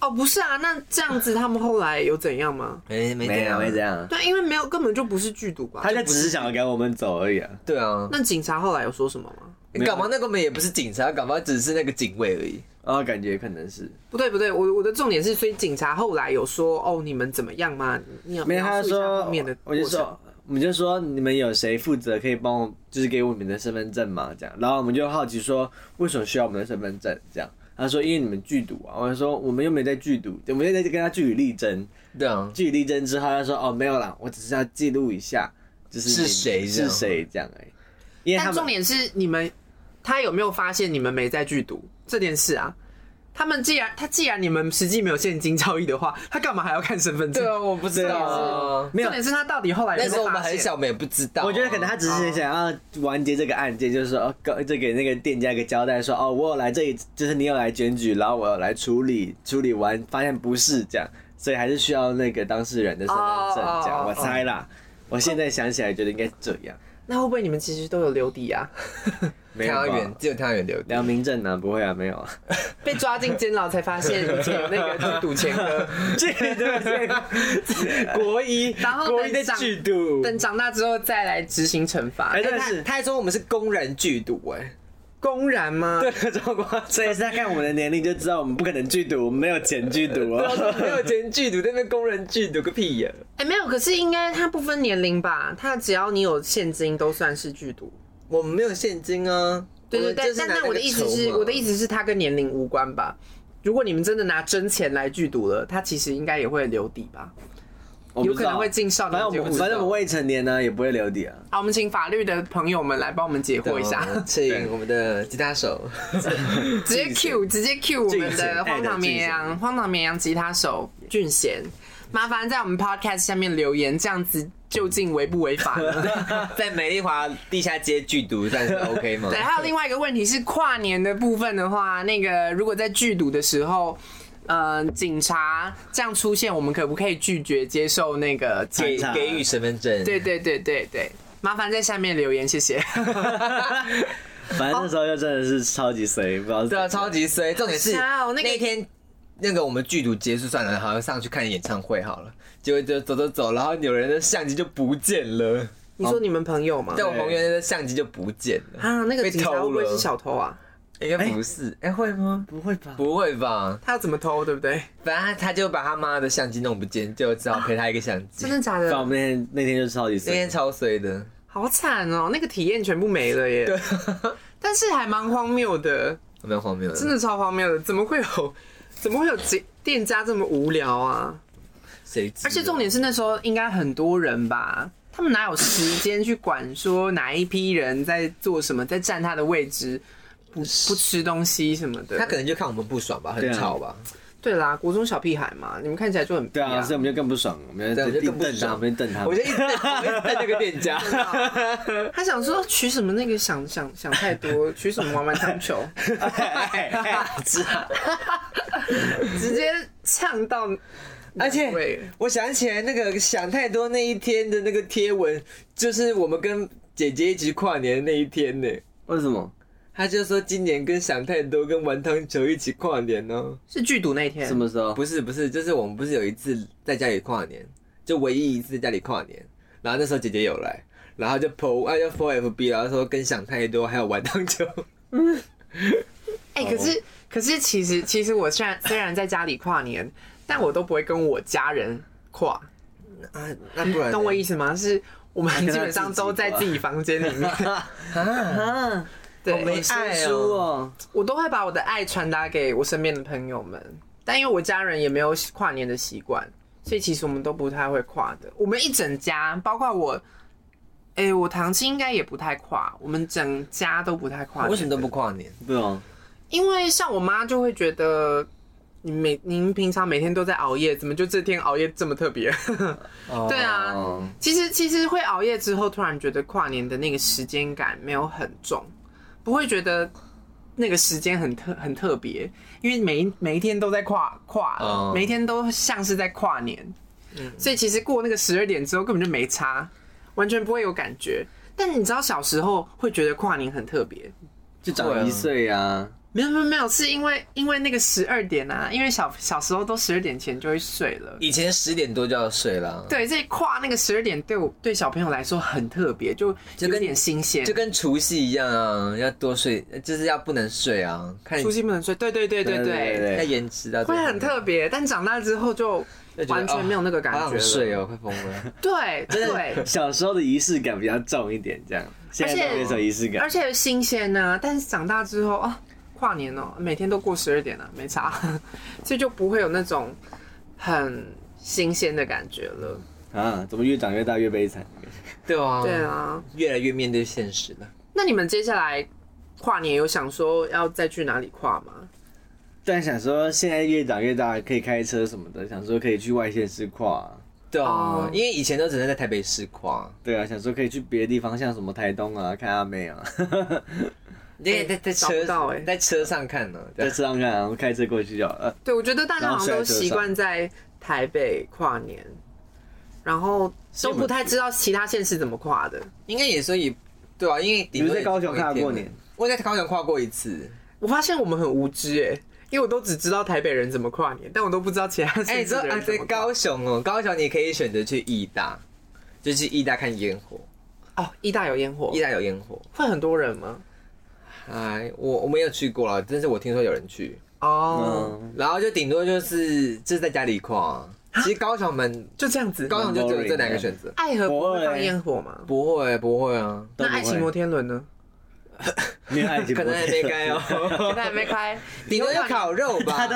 [SPEAKER 1] 哦，不是啊，那这样子他们后来有怎样吗？
[SPEAKER 3] 哎、没
[SPEAKER 2] 没有没这
[SPEAKER 3] 样。
[SPEAKER 2] 样，
[SPEAKER 1] 对，啊因为没有，根本就不是剧毒吧
[SPEAKER 2] 他？就只是想要赶我们走而已啊。
[SPEAKER 3] 对啊，
[SPEAKER 1] 那警察后来有说什么吗？
[SPEAKER 2] 有
[SPEAKER 3] 搞不好那个我们也不是警察，搞不好只是那个警卫而已。
[SPEAKER 2] 然后感觉可能是
[SPEAKER 1] 不对不对，我我的重点是，所以警察后来有说哦，你们怎么样吗？你有
[SPEAKER 2] 没有，
[SPEAKER 1] 描
[SPEAKER 2] 他
[SPEAKER 1] 述一下
[SPEAKER 2] 说
[SPEAKER 1] 后面的，过
[SPEAKER 2] 我就
[SPEAKER 1] 程
[SPEAKER 2] 说，我们就说你们有谁负责可以帮我，就是给我们的身份证嘛，这样。然后我们就好奇说，为什么需要我们的身份证？这样，他说因为你们剧毒啊。我就说我们又没在剧毒，我们又在跟他据理力争。
[SPEAKER 3] 对啊，
[SPEAKER 2] 据理力争之后，他说哦没有啦，我只是要记录一下，就是
[SPEAKER 3] 是
[SPEAKER 2] 你
[SPEAKER 3] 谁这
[SPEAKER 2] 是
[SPEAKER 3] 样
[SPEAKER 2] 谁这样而已。因为他
[SPEAKER 1] 但
[SPEAKER 2] 们
[SPEAKER 1] 重点是你们，他有没有发现你们没在剧毒这件事啊？他们既然他既然你们实际没有现金交易的话，他干嘛还要看身份证？
[SPEAKER 3] 对啊，我不知道啊。
[SPEAKER 2] 没有
[SPEAKER 1] 重点是他到底后来有没有
[SPEAKER 3] 那时候我们
[SPEAKER 1] 发
[SPEAKER 3] 很
[SPEAKER 1] 现
[SPEAKER 3] 小，，我们也不知道啊、
[SPEAKER 2] 我觉得可能他只
[SPEAKER 1] 哦
[SPEAKER 2] 是想要完结这个案件，就是说，哦，告就给那个店家一个交代，说，哦，我有来这里，就是你有来检举，然后我有来处理，处理完发现不是这样，所以还是需要那个当事人的身份证
[SPEAKER 1] 哦哦哦，
[SPEAKER 2] 这样，我
[SPEAKER 1] 哦
[SPEAKER 2] 猜啦。我现在想起来觉得应该这样，
[SPEAKER 1] 那会不会你们其实都有留底啊？
[SPEAKER 2] 没有
[SPEAKER 3] 汤
[SPEAKER 2] 吧
[SPEAKER 3] 圆，只有汤圆留
[SPEAKER 2] 良
[SPEAKER 3] 的。
[SPEAKER 2] 民证呢？不会啊，没有啊，
[SPEAKER 1] 被抓进监牢才发现以前有那个剧毒前 科，
[SPEAKER 2] 这对对，国一，
[SPEAKER 1] 然后
[SPEAKER 2] 国一的
[SPEAKER 1] 等长
[SPEAKER 2] 剧毒，
[SPEAKER 1] 等长大之后再来执行惩罚
[SPEAKER 2] 哎，，
[SPEAKER 3] 但
[SPEAKER 2] 但
[SPEAKER 3] 是
[SPEAKER 2] 是
[SPEAKER 3] 他还说我们是公然剧毒哎、
[SPEAKER 1] 公然吗？对，
[SPEAKER 2] 所以是他看我们的年龄就知道我们不可能剧毒，我们没有钱剧毒哦。
[SPEAKER 3] 没有钱剧毒，在那边公然剧毒个屁呀、
[SPEAKER 1] 哎，没有，可是应该他不分年龄吧？他只要你有现金都算是剧毒。
[SPEAKER 3] 我们没有现金啊。
[SPEAKER 1] 对对
[SPEAKER 3] 我
[SPEAKER 1] 对，
[SPEAKER 3] 们就是
[SPEAKER 1] 但
[SPEAKER 3] 拿
[SPEAKER 1] 但我的
[SPEAKER 3] 那个
[SPEAKER 1] 意思是，
[SPEAKER 3] 筹码
[SPEAKER 1] 我的意思是，它跟年龄无关吧？如果你们真的拿真钱来剧毒了，它其实应该也会留底吧？
[SPEAKER 2] 我不
[SPEAKER 1] 有可
[SPEAKER 2] 知道
[SPEAKER 1] 能会进少年
[SPEAKER 2] 反正我
[SPEAKER 1] 监
[SPEAKER 2] 们
[SPEAKER 1] 护
[SPEAKER 2] 反正我
[SPEAKER 1] 所
[SPEAKER 2] 们未成年呢也不会留底啊。
[SPEAKER 1] 好，我们请法律的朋友们来帮我们解惑一下，
[SPEAKER 3] 请啊我们的吉他手，
[SPEAKER 1] 直接 Q 直接 Q 我们
[SPEAKER 2] 俊贤哎
[SPEAKER 1] 的荒唐绵
[SPEAKER 2] 对
[SPEAKER 1] 羊，荒唐绵羊吉他手俊贤，麻烦在我们 Podcast 下面留言，这样子究竟违不违法呢？
[SPEAKER 3] 在美丽华地下街剧毒，但是 OK 吗？
[SPEAKER 1] 对，还有另外一个问题是跨年的部分的话，那个如果在剧毒的时候。呃，警察这样出现，我们可不可以拒绝接受那个检
[SPEAKER 3] 给
[SPEAKER 2] 警察
[SPEAKER 3] 给予身份证。
[SPEAKER 1] 对对对对对，麻烦在下面留言，谢谢。
[SPEAKER 2] 反
[SPEAKER 1] 哦
[SPEAKER 2] 正那时候就真的是超级随，不知道是
[SPEAKER 3] 对啊，超级衰。重点是
[SPEAKER 1] 好瞎哦那
[SPEAKER 3] 那
[SPEAKER 1] 个
[SPEAKER 3] 天那个我们剧毒结束算了，好像上去看演唱会好了，结果就走走走，然后有人的相机就不见了。
[SPEAKER 1] 你说你们朋友吗？
[SPEAKER 3] 但我朋友那个相机就不见了，
[SPEAKER 1] 啊，那个
[SPEAKER 3] 被
[SPEAKER 1] 警察会
[SPEAKER 3] 偷
[SPEAKER 1] 不会是
[SPEAKER 3] 了
[SPEAKER 1] 小偷啊？
[SPEAKER 3] 应该不是，哎，会吗？
[SPEAKER 2] 不会吧？
[SPEAKER 3] 不会吧？
[SPEAKER 1] 他要怎么偷，对不对？
[SPEAKER 3] 反正他就把他妈的相机弄不见，就只好赔他一个相 机
[SPEAKER 1] 啊真。的假
[SPEAKER 2] 但我
[SPEAKER 1] 的？
[SPEAKER 2] 们那天那天就超级
[SPEAKER 3] 那
[SPEAKER 2] 衰
[SPEAKER 3] 天，超衰的，
[SPEAKER 1] 好惨哦，那个体验全部没了耶。对， 但是还蛮荒谬的，
[SPEAKER 3] 蛮荒谬的。
[SPEAKER 1] 真的超荒谬的，怎么会有，怎么会有店店家这么无聊啊？
[SPEAKER 3] 谁知道？
[SPEAKER 1] 而且重点是那时候应该很多人吧，他们哪有时间去管说哪一批人在做什么，在占他的位置，不不吃东西什么的。
[SPEAKER 3] 他可能就看我们不爽吧，
[SPEAKER 2] 对
[SPEAKER 3] 很
[SPEAKER 2] 啊
[SPEAKER 3] 吵吧。
[SPEAKER 1] 对啦，国中小屁孩嘛，你们看起来就很
[SPEAKER 2] 对
[SPEAKER 1] 屁
[SPEAKER 2] 啊，所以我们就更不爽，我们
[SPEAKER 3] 对
[SPEAKER 2] 就
[SPEAKER 3] 我们就
[SPEAKER 2] 一
[SPEAKER 3] 更不
[SPEAKER 2] 瞪他，
[SPEAKER 3] 爽
[SPEAKER 2] 我们就瞪他
[SPEAKER 3] 我。就一直在我一直在那个店家，
[SPEAKER 1] 他想说取什么那个想想想太多，取什么玩玩汤球， 直接呛到难为。
[SPEAKER 3] 而且我想起来那个想太多那一天的那个贴文，就是我们跟姐姐一起跨年的那一天呢。
[SPEAKER 2] 为什么？
[SPEAKER 3] 她就说今年跟想太多跟玩汤球一起跨年哦、
[SPEAKER 1] 是剧毒那天，
[SPEAKER 2] 什么时候？
[SPEAKER 3] 不是不是，就是我们不是有一次在家里跨年，就唯一一次在家里跨年，然后那时候姐姐有来，然后就 po 啊就 po FB，然后说跟想太多还有玩汤球，
[SPEAKER 1] 哎、可是可是其实其实我虽然虽然在家里跨年，但我都不会跟我家人跨，
[SPEAKER 3] 啊那不然呢
[SPEAKER 1] 懂我意思吗？是我们基本上都在自己房间里面。啊对，
[SPEAKER 3] 没爱哦
[SPEAKER 2] 哦，
[SPEAKER 1] 我都会把我的爱传达给我身边的朋友们，但因为我家人也没有跨年的习惯，所以其实我们都不太会跨的。我们一整家，包括我，哎、我堂亲应该也不太跨，我们整家都不太跨。
[SPEAKER 3] 为什么都不？跨年？
[SPEAKER 2] 不哦，
[SPEAKER 1] 因为像我妈就会觉得。你每您平常每天都在熬夜，怎么就这天熬夜这么特别？ 对啊，
[SPEAKER 2] 哦，
[SPEAKER 1] 其实其实会熬夜之后，突然觉得跨年的那个时间感没有很重，不会觉得那个时间很特很特别，因为每一每一天都在跨跨了
[SPEAKER 3] 哦
[SPEAKER 1] 每一天都像是在跨年，所以其实过那个十二点之后根本就没差，完全不会有感觉。但你知道小时候会觉得跨年很特别，
[SPEAKER 2] 就长一岁啊。
[SPEAKER 1] 没有没有没有，是因为因为那个十二点啊，因为小小时候都十二点前就会睡了。
[SPEAKER 3] 以前十点多就要睡了，
[SPEAKER 1] 对，这跨那个十二点对我对小朋友来说很特别，就有
[SPEAKER 3] 就跟
[SPEAKER 1] 点新鲜，
[SPEAKER 3] 就跟除夕一样啊，要多睡，就是要不能睡啊，看
[SPEAKER 1] 除夕不能睡。对对对对
[SPEAKER 2] 对对
[SPEAKER 1] 对，
[SPEAKER 2] 对
[SPEAKER 3] 要延迟到最
[SPEAKER 1] 会
[SPEAKER 3] 后
[SPEAKER 1] 很特别，但长大之后就
[SPEAKER 3] 就觉得
[SPEAKER 1] 完全没有那个感
[SPEAKER 3] 哦好
[SPEAKER 1] 觉
[SPEAKER 3] 想睡
[SPEAKER 1] 了。
[SPEAKER 3] 哦，快疯了。
[SPEAKER 1] 对对，
[SPEAKER 2] 小时候的仪式感比较重一点，这样现在都没什么仪式感
[SPEAKER 1] 而。且新鲜呢，但是长大之后啊，跨年哦，每天都过十二点了，没差， 所以就不会有那种很新鲜的感觉了。
[SPEAKER 2] 啊，怎么越长越大越悲惨？
[SPEAKER 3] 对啊，
[SPEAKER 1] 对，啊，
[SPEAKER 3] 越来越面对现实了。
[SPEAKER 1] 那你们接下来跨年有想说要再去哪里跨吗？
[SPEAKER 2] 但想说现在越长越大，可以开车什么的，想说可以去外县市跨、
[SPEAKER 3] 对啊
[SPEAKER 1] 哦，
[SPEAKER 3] 因为以前都只能在台北市跨，
[SPEAKER 2] 对啊，想说可以去别的地方，像什么台东啊，看阿妹啊，
[SPEAKER 3] 因为在在
[SPEAKER 1] 找不
[SPEAKER 3] 车
[SPEAKER 1] 到欸
[SPEAKER 3] 在车上看呢。
[SPEAKER 2] 在
[SPEAKER 3] 对
[SPEAKER 2] 车上看、啊，我开车过去就好了。
[SPEAKER 1] 对，我觉得大家好像都习惯在台北跨年，然后都不太知道其他县市怎么跨的。
[SPEAKER 3] 应该也所以，对啊，因为
[SPEAKER 2] 你
[SPEAKER 3] 顶
[SPEAKER 2] 们
[SPEAKER 3] 多
[SPEAKER 2] 在高雄
[SPEAKER 3] 也就
[SPEAKER 2] 跨
[SPEAKER 3] 同一
[SPEAKER 2] 过
[SPEAKER 3] 天
[SPEAKER 2] 年
[SPEAKER 3] 了？？我在高雄跨过一次。
[SPEAKER 1] 我发现我们很无知哎、因为我都只知道台北人怎么跨年，但我都不知道其他县
[SPEAKER 3] 哎，你
[SPEAKER 1] 市
[SPEAKER 3] 说
[SPEAKER 1] 的
[SPEAKER 3] 啊，
[SPEAKER 1] 人
[SPEAKER 3] 在
[SPEAKER 1] 怎么跨。
[SPEAKER 3] 高雄哦，高雄你可以选择去义大，就去义大看烟火。
[SPEAKER 1] 哦，义大有烟火
[SPEAKER 3] 义，大有烟火，
[SPEAKER 1] 会很多人吗？
[SPEAKER 3] 哎，我我没有去过了，但是我听说有人去，
[SPEAKER 1] 哦，
[SPEAKER 2] 嗯，
[SPEAKER 3] 然后就顶多就是就是在家里跨、其实高雄门
[SPEAKER 1] 就这样子。
[SPEAKER 3] 高雄就只有
[SPEAKER 2] boring
[SPEAKER 3] 这两个
[SPEAKER 2] 的
[SPEAKER 3] 选择，
[SPEAKER 1] 爱河不
[SPEAKER 2] 不
[SPEAKER 1] 会
[SPEAKER 2] 会
[SPEAKER 1] 放烟火吗？
[SPEAKER 3] 不会不会啊，
[SPEAKER 1] 那
[SPEAKER 2] 都不
[SPEAKER 1] 爱
[SPEAKER 2] 会
[SPEAKER 1] 情摩天轮呢？
[SPEAKER 2] 没有爱情摩
[SPEAKER 3] 可
[SPEAKER 2] 天
[SPEAKER 3] 能
[SPEAKER 2] 轮，
[SPEAKER 3] 还没 开
[SPEAKER 1] 现
[SPEAKER 3] 哦，
[SPEAKER 1] 在还没 开，
[SPEAKER 3] 顶多有
[SPEAKER 1] 跨年
[SPEAKER 3] 烤肉吧。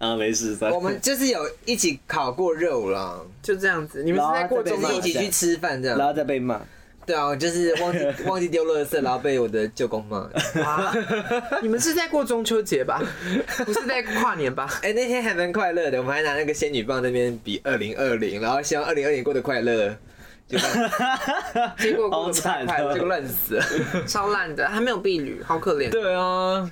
[SPEAKER 2] 啊，没事，算了
[SPEAKER 3] 我们就是有一起烤过肉啦，
[SPEAKER 1] 就这样子。你们是在过
[SPEAKER 3] 就
[SPEAKER 1] 中
[SPEAKER 2] 然后
[SPEAKER 1] 秋
[SPEAKER 3] 是
[SPEAKER 2] 再
[SPEAKER 3] 一
[SPEAKER 2] 被
[SPEAKER 3] 起去吃饭这
[SPEAKER 2] 然
[SPEAKER 3] 样。
[SPEAKER 2] 后再被骂，
[SPEAKER 3] 对啊，就是忘记忘记丢垃圾，然后被我的舅公骂。
[SPEAKER 1] 节吗？ 你们是在过中秋节吧？ 不是在跨年吧？
[SPEAKER 3] 哎、那天还蛮快乐的，我们还拿那个仙女棒在那边比二零二零，然后希望二零二零过得快乐，结果，
[SPEAKER 1] 结果过得不太
[SPEAKER 2] 好惨
[SPEAKER 1] 快
[SPEAKER 2] 哦
[SPEAKER 1] 乐
[SPEAKER 3] 结果乱死了。
[SPEAKER 1] 超烂的，还没有避旅，好可怜。
[SPEAKER 3] 对啊，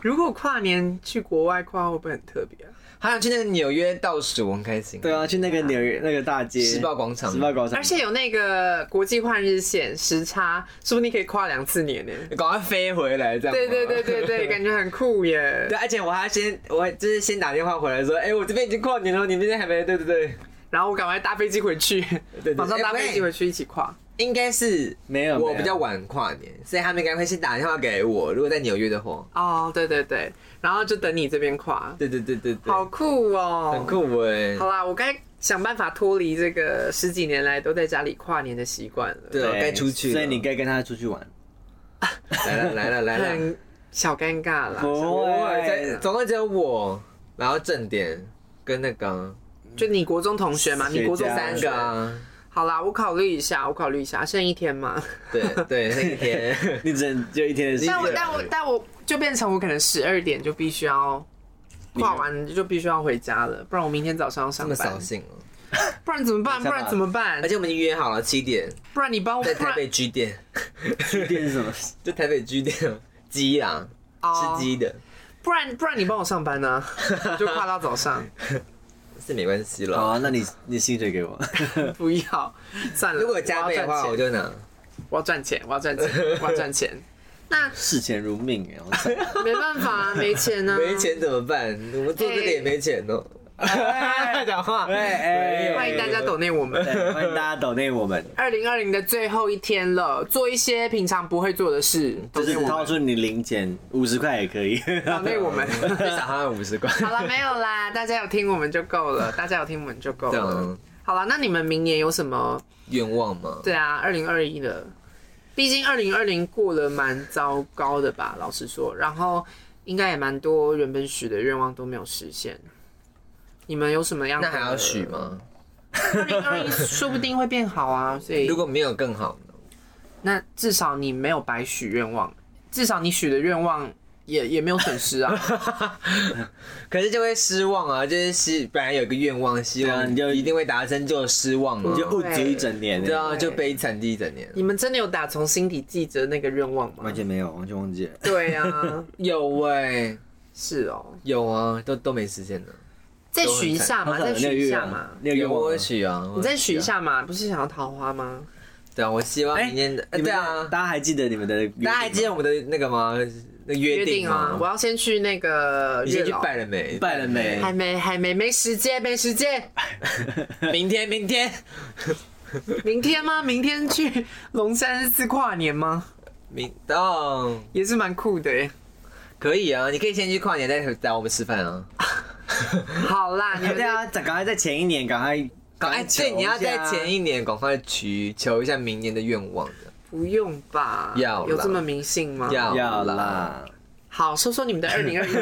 [SPEAKER 1] 如果跨年去国外跨，会不会很特别啊？
[SPEAKER 3] 好想去那个纽约倒数，我很开心。
[SPEAKER 2] 对，啊，去那个纽约那个大街，
[SPEAKER 3] 时报广场
[SPEAKER 2] 时报广场，
[SPEAKER 1] 而且有那个国际换日线时差，说不定可以跨两次 年呢。
[SPEAKER 3] 赶快飞回来这样。
[SPEAKER 1] 对对对对对，。感觉很酷耶
[SPEAKER 3] 对，。而且我还先，我还就是先打电话回来说，哎、我这边已经跨年了，你们那边还没？对对对，
[SPEAKER 1] 然后我赶快搭飞机回去
[SPEAKER 3] 对，
[SPEAKER 1] 马上搭
[SPEAKER 3] 哎喂
[SPEAKER 1] 飞机回去一起跨。
[SPEAKER 3] 应该是
[SPEAKER 2] 没有没
[SPEAKER 3] 我
[SPEAKER 2] 有
[SPEAKER 3] 比较晚跨年，所以他们应该会先打电话给我。如果在纽约的话，
[SPEAKER 1] 哦，对对对，然后就等你这边跨，
[SPEAKER 3] 对对对对对，
[SPEAKER 1] 好酷哦，
[SPEAKER 3] 很。酷哎、
[SPEAKER 1] 好啦，我该想办法脱离这个十几年来都在家里跨年的习惯了，
[SPEAKER 3] 对，该出去了，
[SPEAKER 2] 所以你该跟他出去玩。
[SPEAKER 3] 来了来了来了，
[SPEAKER 1] 很小尴尬啦。
[SPEAKER 2] 不
[SPEAKER 3] 在总共只有我，然后正点跟那个啊
[SPEAKER 1] 就你国中同学嘛，你国中
[SPEAKER 2] 学姐
[SPEAKER 1] 三
[SPEAKER 3] 三个啊，
[SPEAKER 1] 好啦，我考虑一下，我考虑一下，剩一天嘛。
[SPEAKER 3] 对对，那一天
[SPEAKER 2] 你只能就一天的时间
[SPEAKER 1] 但我
[SPEAKER 3] 对
[SPEAKER 1] 但我但我就变成我可能十二点就必须要画完就必须要回家了，不然我明天早上要
[SPEAKER 3] 这
[SPEAKER 1] 上
[SPEAKER 3] 么
[SPEAKER 1] 班
[SPEAKER 3] 扫，兴哦。
[SPEAKER 1] 不然怎么办？不
[SPEAKER 2] 想法
[SPEAKER 1] 然怎么办
[SPEAKER 3] 而？且我们已经约好了七点，
[SPEAKER 1] 不然你帮我，
[SPEAKER 3] 在
[SPEAKER 1] 不
[SPEAKER 3] 台
[SPEAKER 1] 然
[SPEAKER 3] 北居店，
[SPEAKER 2] 一天是什么？
[SPEAKER 3] 就台北居店鸡啊，
[SPEAKER 1] 哦
[SPEAKER 3] 吃鸡的
[SPEAKER 1] 不然不然你帮我上班呢、就跨到早 上，
[SPEAKER 3] 是没关系
[SPEAKER 2] 好
[SPEAKER 3] 了。
[SPEAKER 2] 啊，那你你薪水给我。
[SPEAKER 1] 不要算了。
[SPEAKER 3] 如果加倍的话，
[SPEAKER 1] 我
[SPEAKER 3] 我
[SPEAKER 1] 要
[SPEAKER 3] 就拿。
[SPEAKER 1] 赚钱，我要赚钱，我要赚钱，我要赚钱。那
[SPEAKER 2] 视钱如命哎，我操
[SPEAKER 1] 没办法、啊，没钱呢、啊，
[SPEAKER 3] 没。钱怎么办？我们做这个也没钱哦。哎讲话，
[SPEAKER 2] 喂哎
[SPEAKER 1] 哎欢迎大家
[SPEAKER 3] 懂。
[SPEAKER 1] 抖内我们。
[SPEAKER 2] 对欢迎大家抖内我们，
[SPEAKER 1] 二零二零的最后一天了，做一些平常不会做的事，抖
[SPEAKER 2] 就是
[SPEAKER 1] 内我
[SPEAKER 2] 掏
[SPEAKER 1] 们，
[SPEAKER 2] 出你零钱五十块也可以。
[SPEAKER 1] 抖内我们。
[SPEAKER 3] 最少还有五十块。
[SPEAKER 1] 好了，没有啦，大家有听我们就够了，大家有听我们就够
[SPEAKER 3] 这
[SPEAKER 1] 了
[SPEAKER 3] 样。
[SPEAKER 1] 好了，那你们明年有什么？
[SPEAKER 3] 愿望吗？
[SPEAKER 1] 对啊，二零二一了，毕竟二零二零过得蛮糟糕的吧，老实说，然后应该也蛮多原本许的愿望都没有实现。你们有什么样的？
[SPEAKER 3] 那还要许？吗？
[SPEAKER 1] 二零二一说不定会变好啊，所以
[SPEAKER 3] 如果没有更好呢？
[SPEAKER 1] 那至少你没有白许愿望，至少你许的愿望也也没有损失 啊。
[SPEAKER 3] 可是就会失望啊，就是希本来有一个愿望，希
[SPEAKER 2] 对啊
[SPEAKER 3] 望
[SPEAKER 2] 你就
[SPEAKER 3] 一定会达成，就失望了
[SPEAKER 2] 你，就不足一整年
[SPEAKER 3] 对
[SPEAKER 2] 哎，
[SPEAKER 3] 啊，就悲惨地一整年。
[SPEAKER 1] 你们真的有打从心底记着那个愿望吗
[SPEAKER 2] 完？全没有，完全忘记了。
[SPEAKER 1] 对 啊，
[SPEAKER 3] 有喂、
[SPEAKER 1] 是哦。
[SPEAKER 3] 有啊，都都没实现的。
[SPEAKER 1] 再许一下嘛，
[SPEAKER 2] 好啊
[SPEAKER 1] 再
[SPEAKER 2] 想
[SPEAKER 1] 许一下
[SPEAKER 2] 那个愿
[SPEAKER 1] 嘛
[SPEAKER 2] 望，那个愿望
[SPEAKER 3] 我
[SPEAKER 2] 吗
[SPEAKER 3] 也许啊，
[SPEAKER 1] 你再许一
[SPEAKER 3] 我也啊。
[SPEAKER 1] 下嘛，不是想要桃花吗？
[SPEAKER 3] 对啊，我希望明年的，
[SPEAKER 2] 哎
[SPEAKER 3] 呃
[SPEAKER 2] 你们
[SPEAKER 3] 对啊，
[SPEAKER 2] 大家还记得你们的约定吗？
[SPEAKER 3] 大家还记得我们的那个吗？那约定
[SPEAKER 1] 啊
[SPEAKER 3] 吗，？
[SPEAKER 1] 我要先去那个
[SPEAKER 3] 你先
[SPEAKER 1] 月
[SPEAKER 3] 去
[SPEAKER 1] 老，
[SPEAKER 3] 拜了没？
[SPEAKER 2] 拜了没
[SPEAKER 1] 还没还没没时间，没时 间，
[SPEAKER 3] 明天，明天，
[SPEAKER 1] 明天吗？明天去龙山寺跨年吗？
[SPEAKER 3] 明哦，
[SPEAKER 1] 也是蛮酷的 耶。
[SPEAKER 3] 可以啊，你可以先去跨年，再来我们吃饭啊。
[SPEAKER 1] 好啦，你们
[SPEAKER 2] 对啊，赶快在前一年，赶快
[SPEAKER 3] 赶快，哎对，你要在前
[SPEAKER 2] 一
[SPEAKER 3] 一年赶快去求一下明年的愿望的，
[SPEAKER 1] 不用吧？
[SPEAKER 3] 要啦
[SPEAKER 1] 有这么迷信吗？
[SPEAKER 3] 要
[SPEAKER 2] 要啦，
[SPEAKER 1] 好，说说你们的二零二一，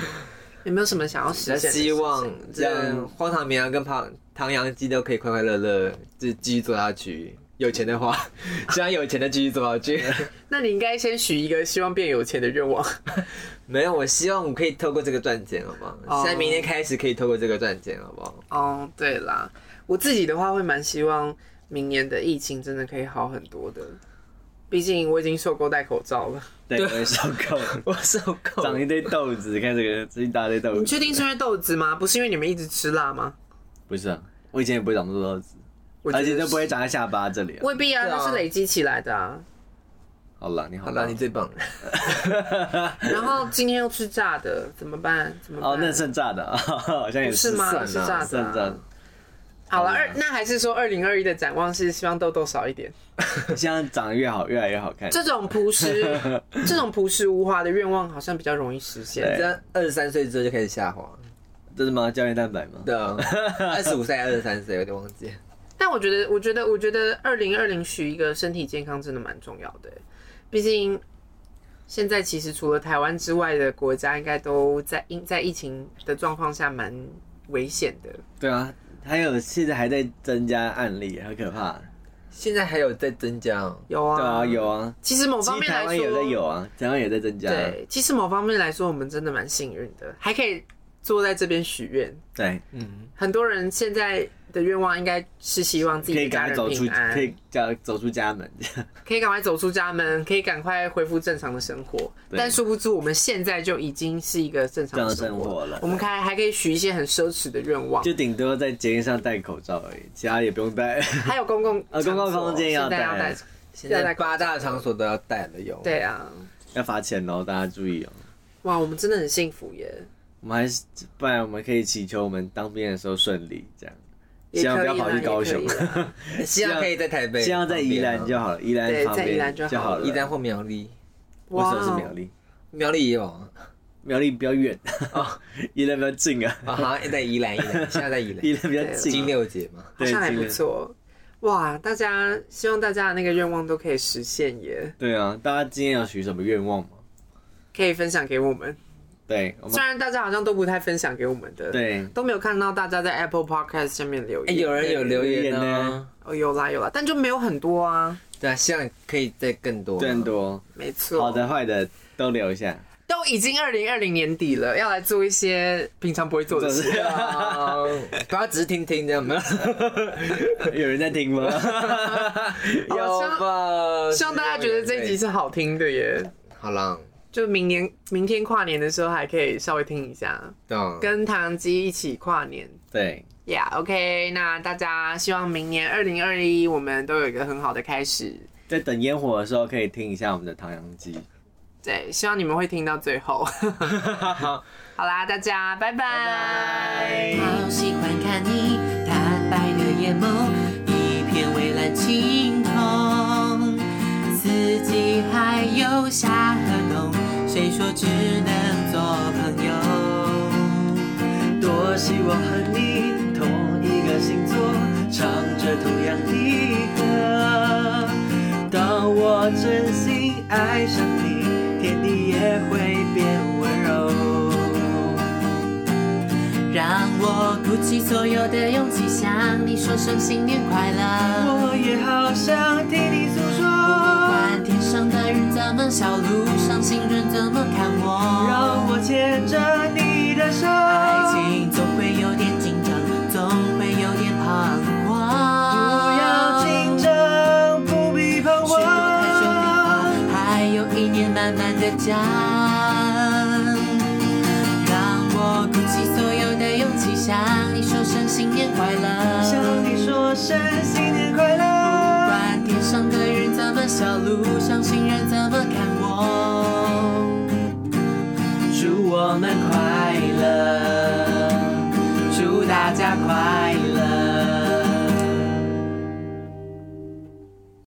[SPEAKER 1] 有没有什么想要实现的事情？嗯
[SPEAKER 3] 希望让荒唐绵羊跟胖唐羊鸡都可以快快乐乐，就继续做下去。有钱的话，希望有钱的继续做下去。
[SPEAKER 1] 那你应该先许一个希望变有钱的愿望。
[SPEAKER 3] 没有，我希望我可以透过这个赚钱，好不
[SPEAKER 1] 哦
[SPEAKER 3] 好？现在明年开始可以透过这个赚钱，好不 好？
[SPEAKER 1] 哦，对啦，我自己的话会蛮希望明年的疫情真的可以好很多的，毕竟我已经受够戴口罩了。
[SPEAKER 2] 对，我也受够了，
[SPEAKER 3] 我受够
[SPEAKER 2] 长
[SPEAKER 3] 了
[SPEAKER 2] 一，堆痘子，看这个这一大堆痘
[SPEAKER 1] 你
[SPEAKER 2] 子。
[SPEAKER 1] 确定是因为豆子吗？不是因为你们一直吃辣吗？
[SPEAKER 2] 不是啊，我以前也不会长这么多痘子，
[SPEAKER 1] 我觉
[SPEAKER 2] 而
[SPEAKER 1] 得
[SPEAKER 2] 且都不会
[SPEAKER 1] 是
[SPEAKER 2] 长在下巴这里啊。
[SPEAKER 1] 未必啊，
[SPEAKER 3] 对啊
[SPEAKER 1] 那是累积起来的啊。
[SPEAKER 2] 好了，你好
[SPEAKER 3] 好了，你最棒了。
[SPEAKER 1] 然后今天又吃炸的，怎么办？怎么办？
[SPEAKER 2] 哦，那剩炸的， 好像也
[SPEAKER 1] 是吗？
[SPEAKER 2] 算
[SPEAKER 1] 是炸
[SPEAKER 2] 啊，
[SPEAKER 1] 的
[SPEAKER 2] 剩
[SPEAKER 1] 啊、
[SPEAKER 2] 炸的。
[SPEAKER 1] 好了，二那还是说二零二一的展望是希望痘痘少一点。
[SPEAKER 2] 希望长得越好，越来越好看。
[SPEAKER 1] 这种朴实、 这种朴实无华的愿望好像比较容易实现
[SPEAKER 2] 对。
[SPEAKER 3] 这样二十三岁之后就开始下滑，
[SPEAKER 2] 真的吗？胶原蛋白吗？
[SPEAKER 3] 对啊，二十五岁还是二十三岁，有点忘记。
[SPEAKER 1] 但我觉得，我觉得，我觉得，二零二零许一个身体健康真的蛮重要的欸，毕竟现在其实除了台湾之外的国家，应该都在因在疫情的状况下蛮危险的。
[SPEAKER 2] 对啊，还有现在还在增加案例，很可怕。
[SPEAKER 3] 现在还有在增加哦，
[SPEAKER 1] 有
[SPEAKER 2] 对
[SPEAKER 1] 啊，
[SPEAKER 2] 啊，。有啊，
[SPEAKER 1] 其实某
[SPEAKER 2] 其
[SPEAKER 1] 方
[SPEAKER 2] 实
[SPEAKER 1] 面
[SPEAKER 2] 台
[SPEAKER 1] 来
[SPEAKER 2] 湾也在
[SPEAKER 1] 说，
[SPEAKER 2] 有啊，台湾也在增加。
[SPEAKER 1] 对，其实某方面来说，我们真的蛮幸运的，还可以坐在这边许愿。
[SPEAKER 2] 对，
[SPEAKER 3] 嗯，
[SPEAKER 1] 很多人现在的愿望应该是希望自
[SPEAKER 2] 可
[SPEAKER 1] 己
[SPEAKER 2] 以
[SPEAKER 1] 的家
[SPEAKER 2] 赶快
[SPEAKER 1] 人
[SPEAKER 2] 走出，
[SPEAKER 1] 平安，
[SPEAKER 2] 可以叫走出家门。
[SPEAKER 1] 可以赶快走出家门，可以赶快恢复正常的生活。
[SPEAKER 2] 对
[SPEAKER 1] 但殊不知，我们现在就已经是一个正常的生
[SPEAKER 2] 正常生
[SPEAKER 1] 活
[SPEAKER 2] 活了
[SPEAKER 1] 我们还还可以许一些很奢侈的愿望，
[SPEAKER 2] 就顶多在捷运上戴口罩而已，其他也不用戴。
[SPEAKER 1] 还有公共
[SPEAKER 2] 呃公共空间要
[SPEAKER 1] 现在要
[SPEAKER 2] 戴
[SPEAKER 1] 戴。
[SPEAKER 3] 现
[SPEAKER 1] 要戴
[SPEAKER 3] 在
[SPEAKER 1] 口罩
[SPEAKER 3] 八大场所都要戴了有。
[SPEAKER 1] 对啊，
[SPEAKER 2] 要罚钱喽，大家注意哦。
[SPEAKER 1] 哇，我们真的很幸福耶！
[SPEAKER 2] 我们还是，不然我们可以祈求我们当兵的时候顺利，这样
[SPEAKER 1] 也
[SPEAKER 2] 希望
[SPEAKER 1] 可
[SPEAKER 2] 不
[SPEAKER 1] 以啦
[SPEAKER 2] 要跑去高雄
[SPEAKER 1] 也可以，
[SPEAKER 3] 希望可以在台 北，啊
[SPEAKER 2] 希望在宜兰就好了，宜兰
[SPEAKER 1] 对
[SPEAKER 2] 旁
[SPEAKER 1] 在宜
[SPEAKER 2] 边
[SPEAKER 1] 兰就
[SPEAKER 2] 就
[SPEAKER 1] 好
[SPEAKER 2] 好
[SPEAKER 1] 了
[SPEAKER 2] 了。
[SPEAKER 3] 宜兰或苗栗，
[SPEAKER 2] 为什么是
[SPEAKER 1] 哇
[SPEAKER 2] 苗栗？
[SPEAKER 3] 苗栗也有啊，
[SPEAKER 2] 苗栗比较远， 宜兰比较近啊，
[SPEAKER 3] 啊好像在宜兰，宜兰现在 在宜
[SPEAKER 2] 宜
[SPEAKER 3] 兰，
[SPEAKER 2] 兰比较
[SPEAKER 1] 对
[SPEAKER 2] 近
[SPEAKER 3] 金
[SPEAKER 2] 啊。
[SPEAKER 3] 六 姐嘛，
[SPEAKER 1] 好
[SPEAKER 2] 对，
[SPEAKER 1] 像还
[SPEAKER 2] 金
[SPEAKER 1] 不
[SPEAKER 2] 六
[SPEAKER 1] 错。哇，大家希望大家的那个愿望都可以实现耶，
[SPEAKER 2] 对啊，大家今天有许什么愿望吗？
[SPEAKER 1] 可以分享给我们。
[SPEAKER 2] 对，我们
[SPEAKER 1] 虽然大家好像都不太分享给我们的，，
[SPEAKER 2] 对
[SPEAKER 1] 都没有看到大家在 Apple Podcast 下面留
[SPEAKER 3] 哎，
[SPEAKER 1] 言。
[SPEAKER 3] 有人有留
[SPEAKER 2] 留
[SPEAKER 3] 言
[SPEAKER 2] 言
[SPEAKER 3] 呢
[SPEAKER 2] 呢，
[SPEAKER 1] 哦，有啦有啦，但就没有很多啊。
[SPEAKER 3] 对啊，希望可以再更多，啊
[SPEAKER 2] 更多
[SPEAKER 1] 没错，
[SPEAKER 2] 好的坏的都留一下。
[SPEAKER 1] 都已经二零二零年底了，要来做一些平常不会做的事
[SPEAKER 2] 做。的
[SPEAKER 3] 啊， 不要只是听听 这样，没有
[SPEAKER 2] 有人在听吗？
[SPEAKER 3] 有吧？
[SPEAKER 1] 希望大家觉得这一集是好听的耶，
[SPEAKER 3] 好啦，
[SPEAKER 1] 就明年明天跨年的时候还可以稍微听一下，
[SPEAKER 3] 对啊，
[SPEAKER 1] 跟唐扬鸡一起跨年。
[SPEAKER 2] 对，
[SPEAKER 1] Yeah，OK，、那大家希望明年二零二一我们都有一个很好的开始。
[SPEAKER 2] 在等烟火的时候可以听一下我们的唐扬鸡。
[SPEAKER 1] 对，希望你们会听到最 后。好啦，大家拜拜。
[SPEAKER 4] 好喜欢看你淡白的眼眸，一片蔚蓝晴空。四季还有夏和冬，谁说只能做朋友？多希望和你同一个星座，唱着同样的歌。当我真心爱上你，天地也会变温柔。让我鼓起所有的勇气，向你说声新年快乐。
[SPEAKER 5] 我也好想听你诉
[SPEAKER 4] 不
[SPEAKER 5] 说，
[SPEAKER 4] 管天上的云怎么笑，路上行人怎么看我，
[SPEAKER 5] 让我牵着你的手。
[SPEAKER 4] 爱情总会有点紧张，总会有点彷徨。
[SPEAKER 5] 不要紧张，不必彷
[SPEAKER 4] 许多开学的话
[SPEAKER 5] 徨。，
[SPEAKER 4] 还有一年慢慢的讲。让我鼓起所有的勇气，向你说声新年快乐。
[SPEAKER 5] 向你说声新年
[SPEAKER 4] 不
[SPEAKER 5] 快乐，
[SPEAKER 4] 管天上的云怎么笑，路上行人怎么看我。
[SPEAKER 5] 祝我们快乐，祝大家快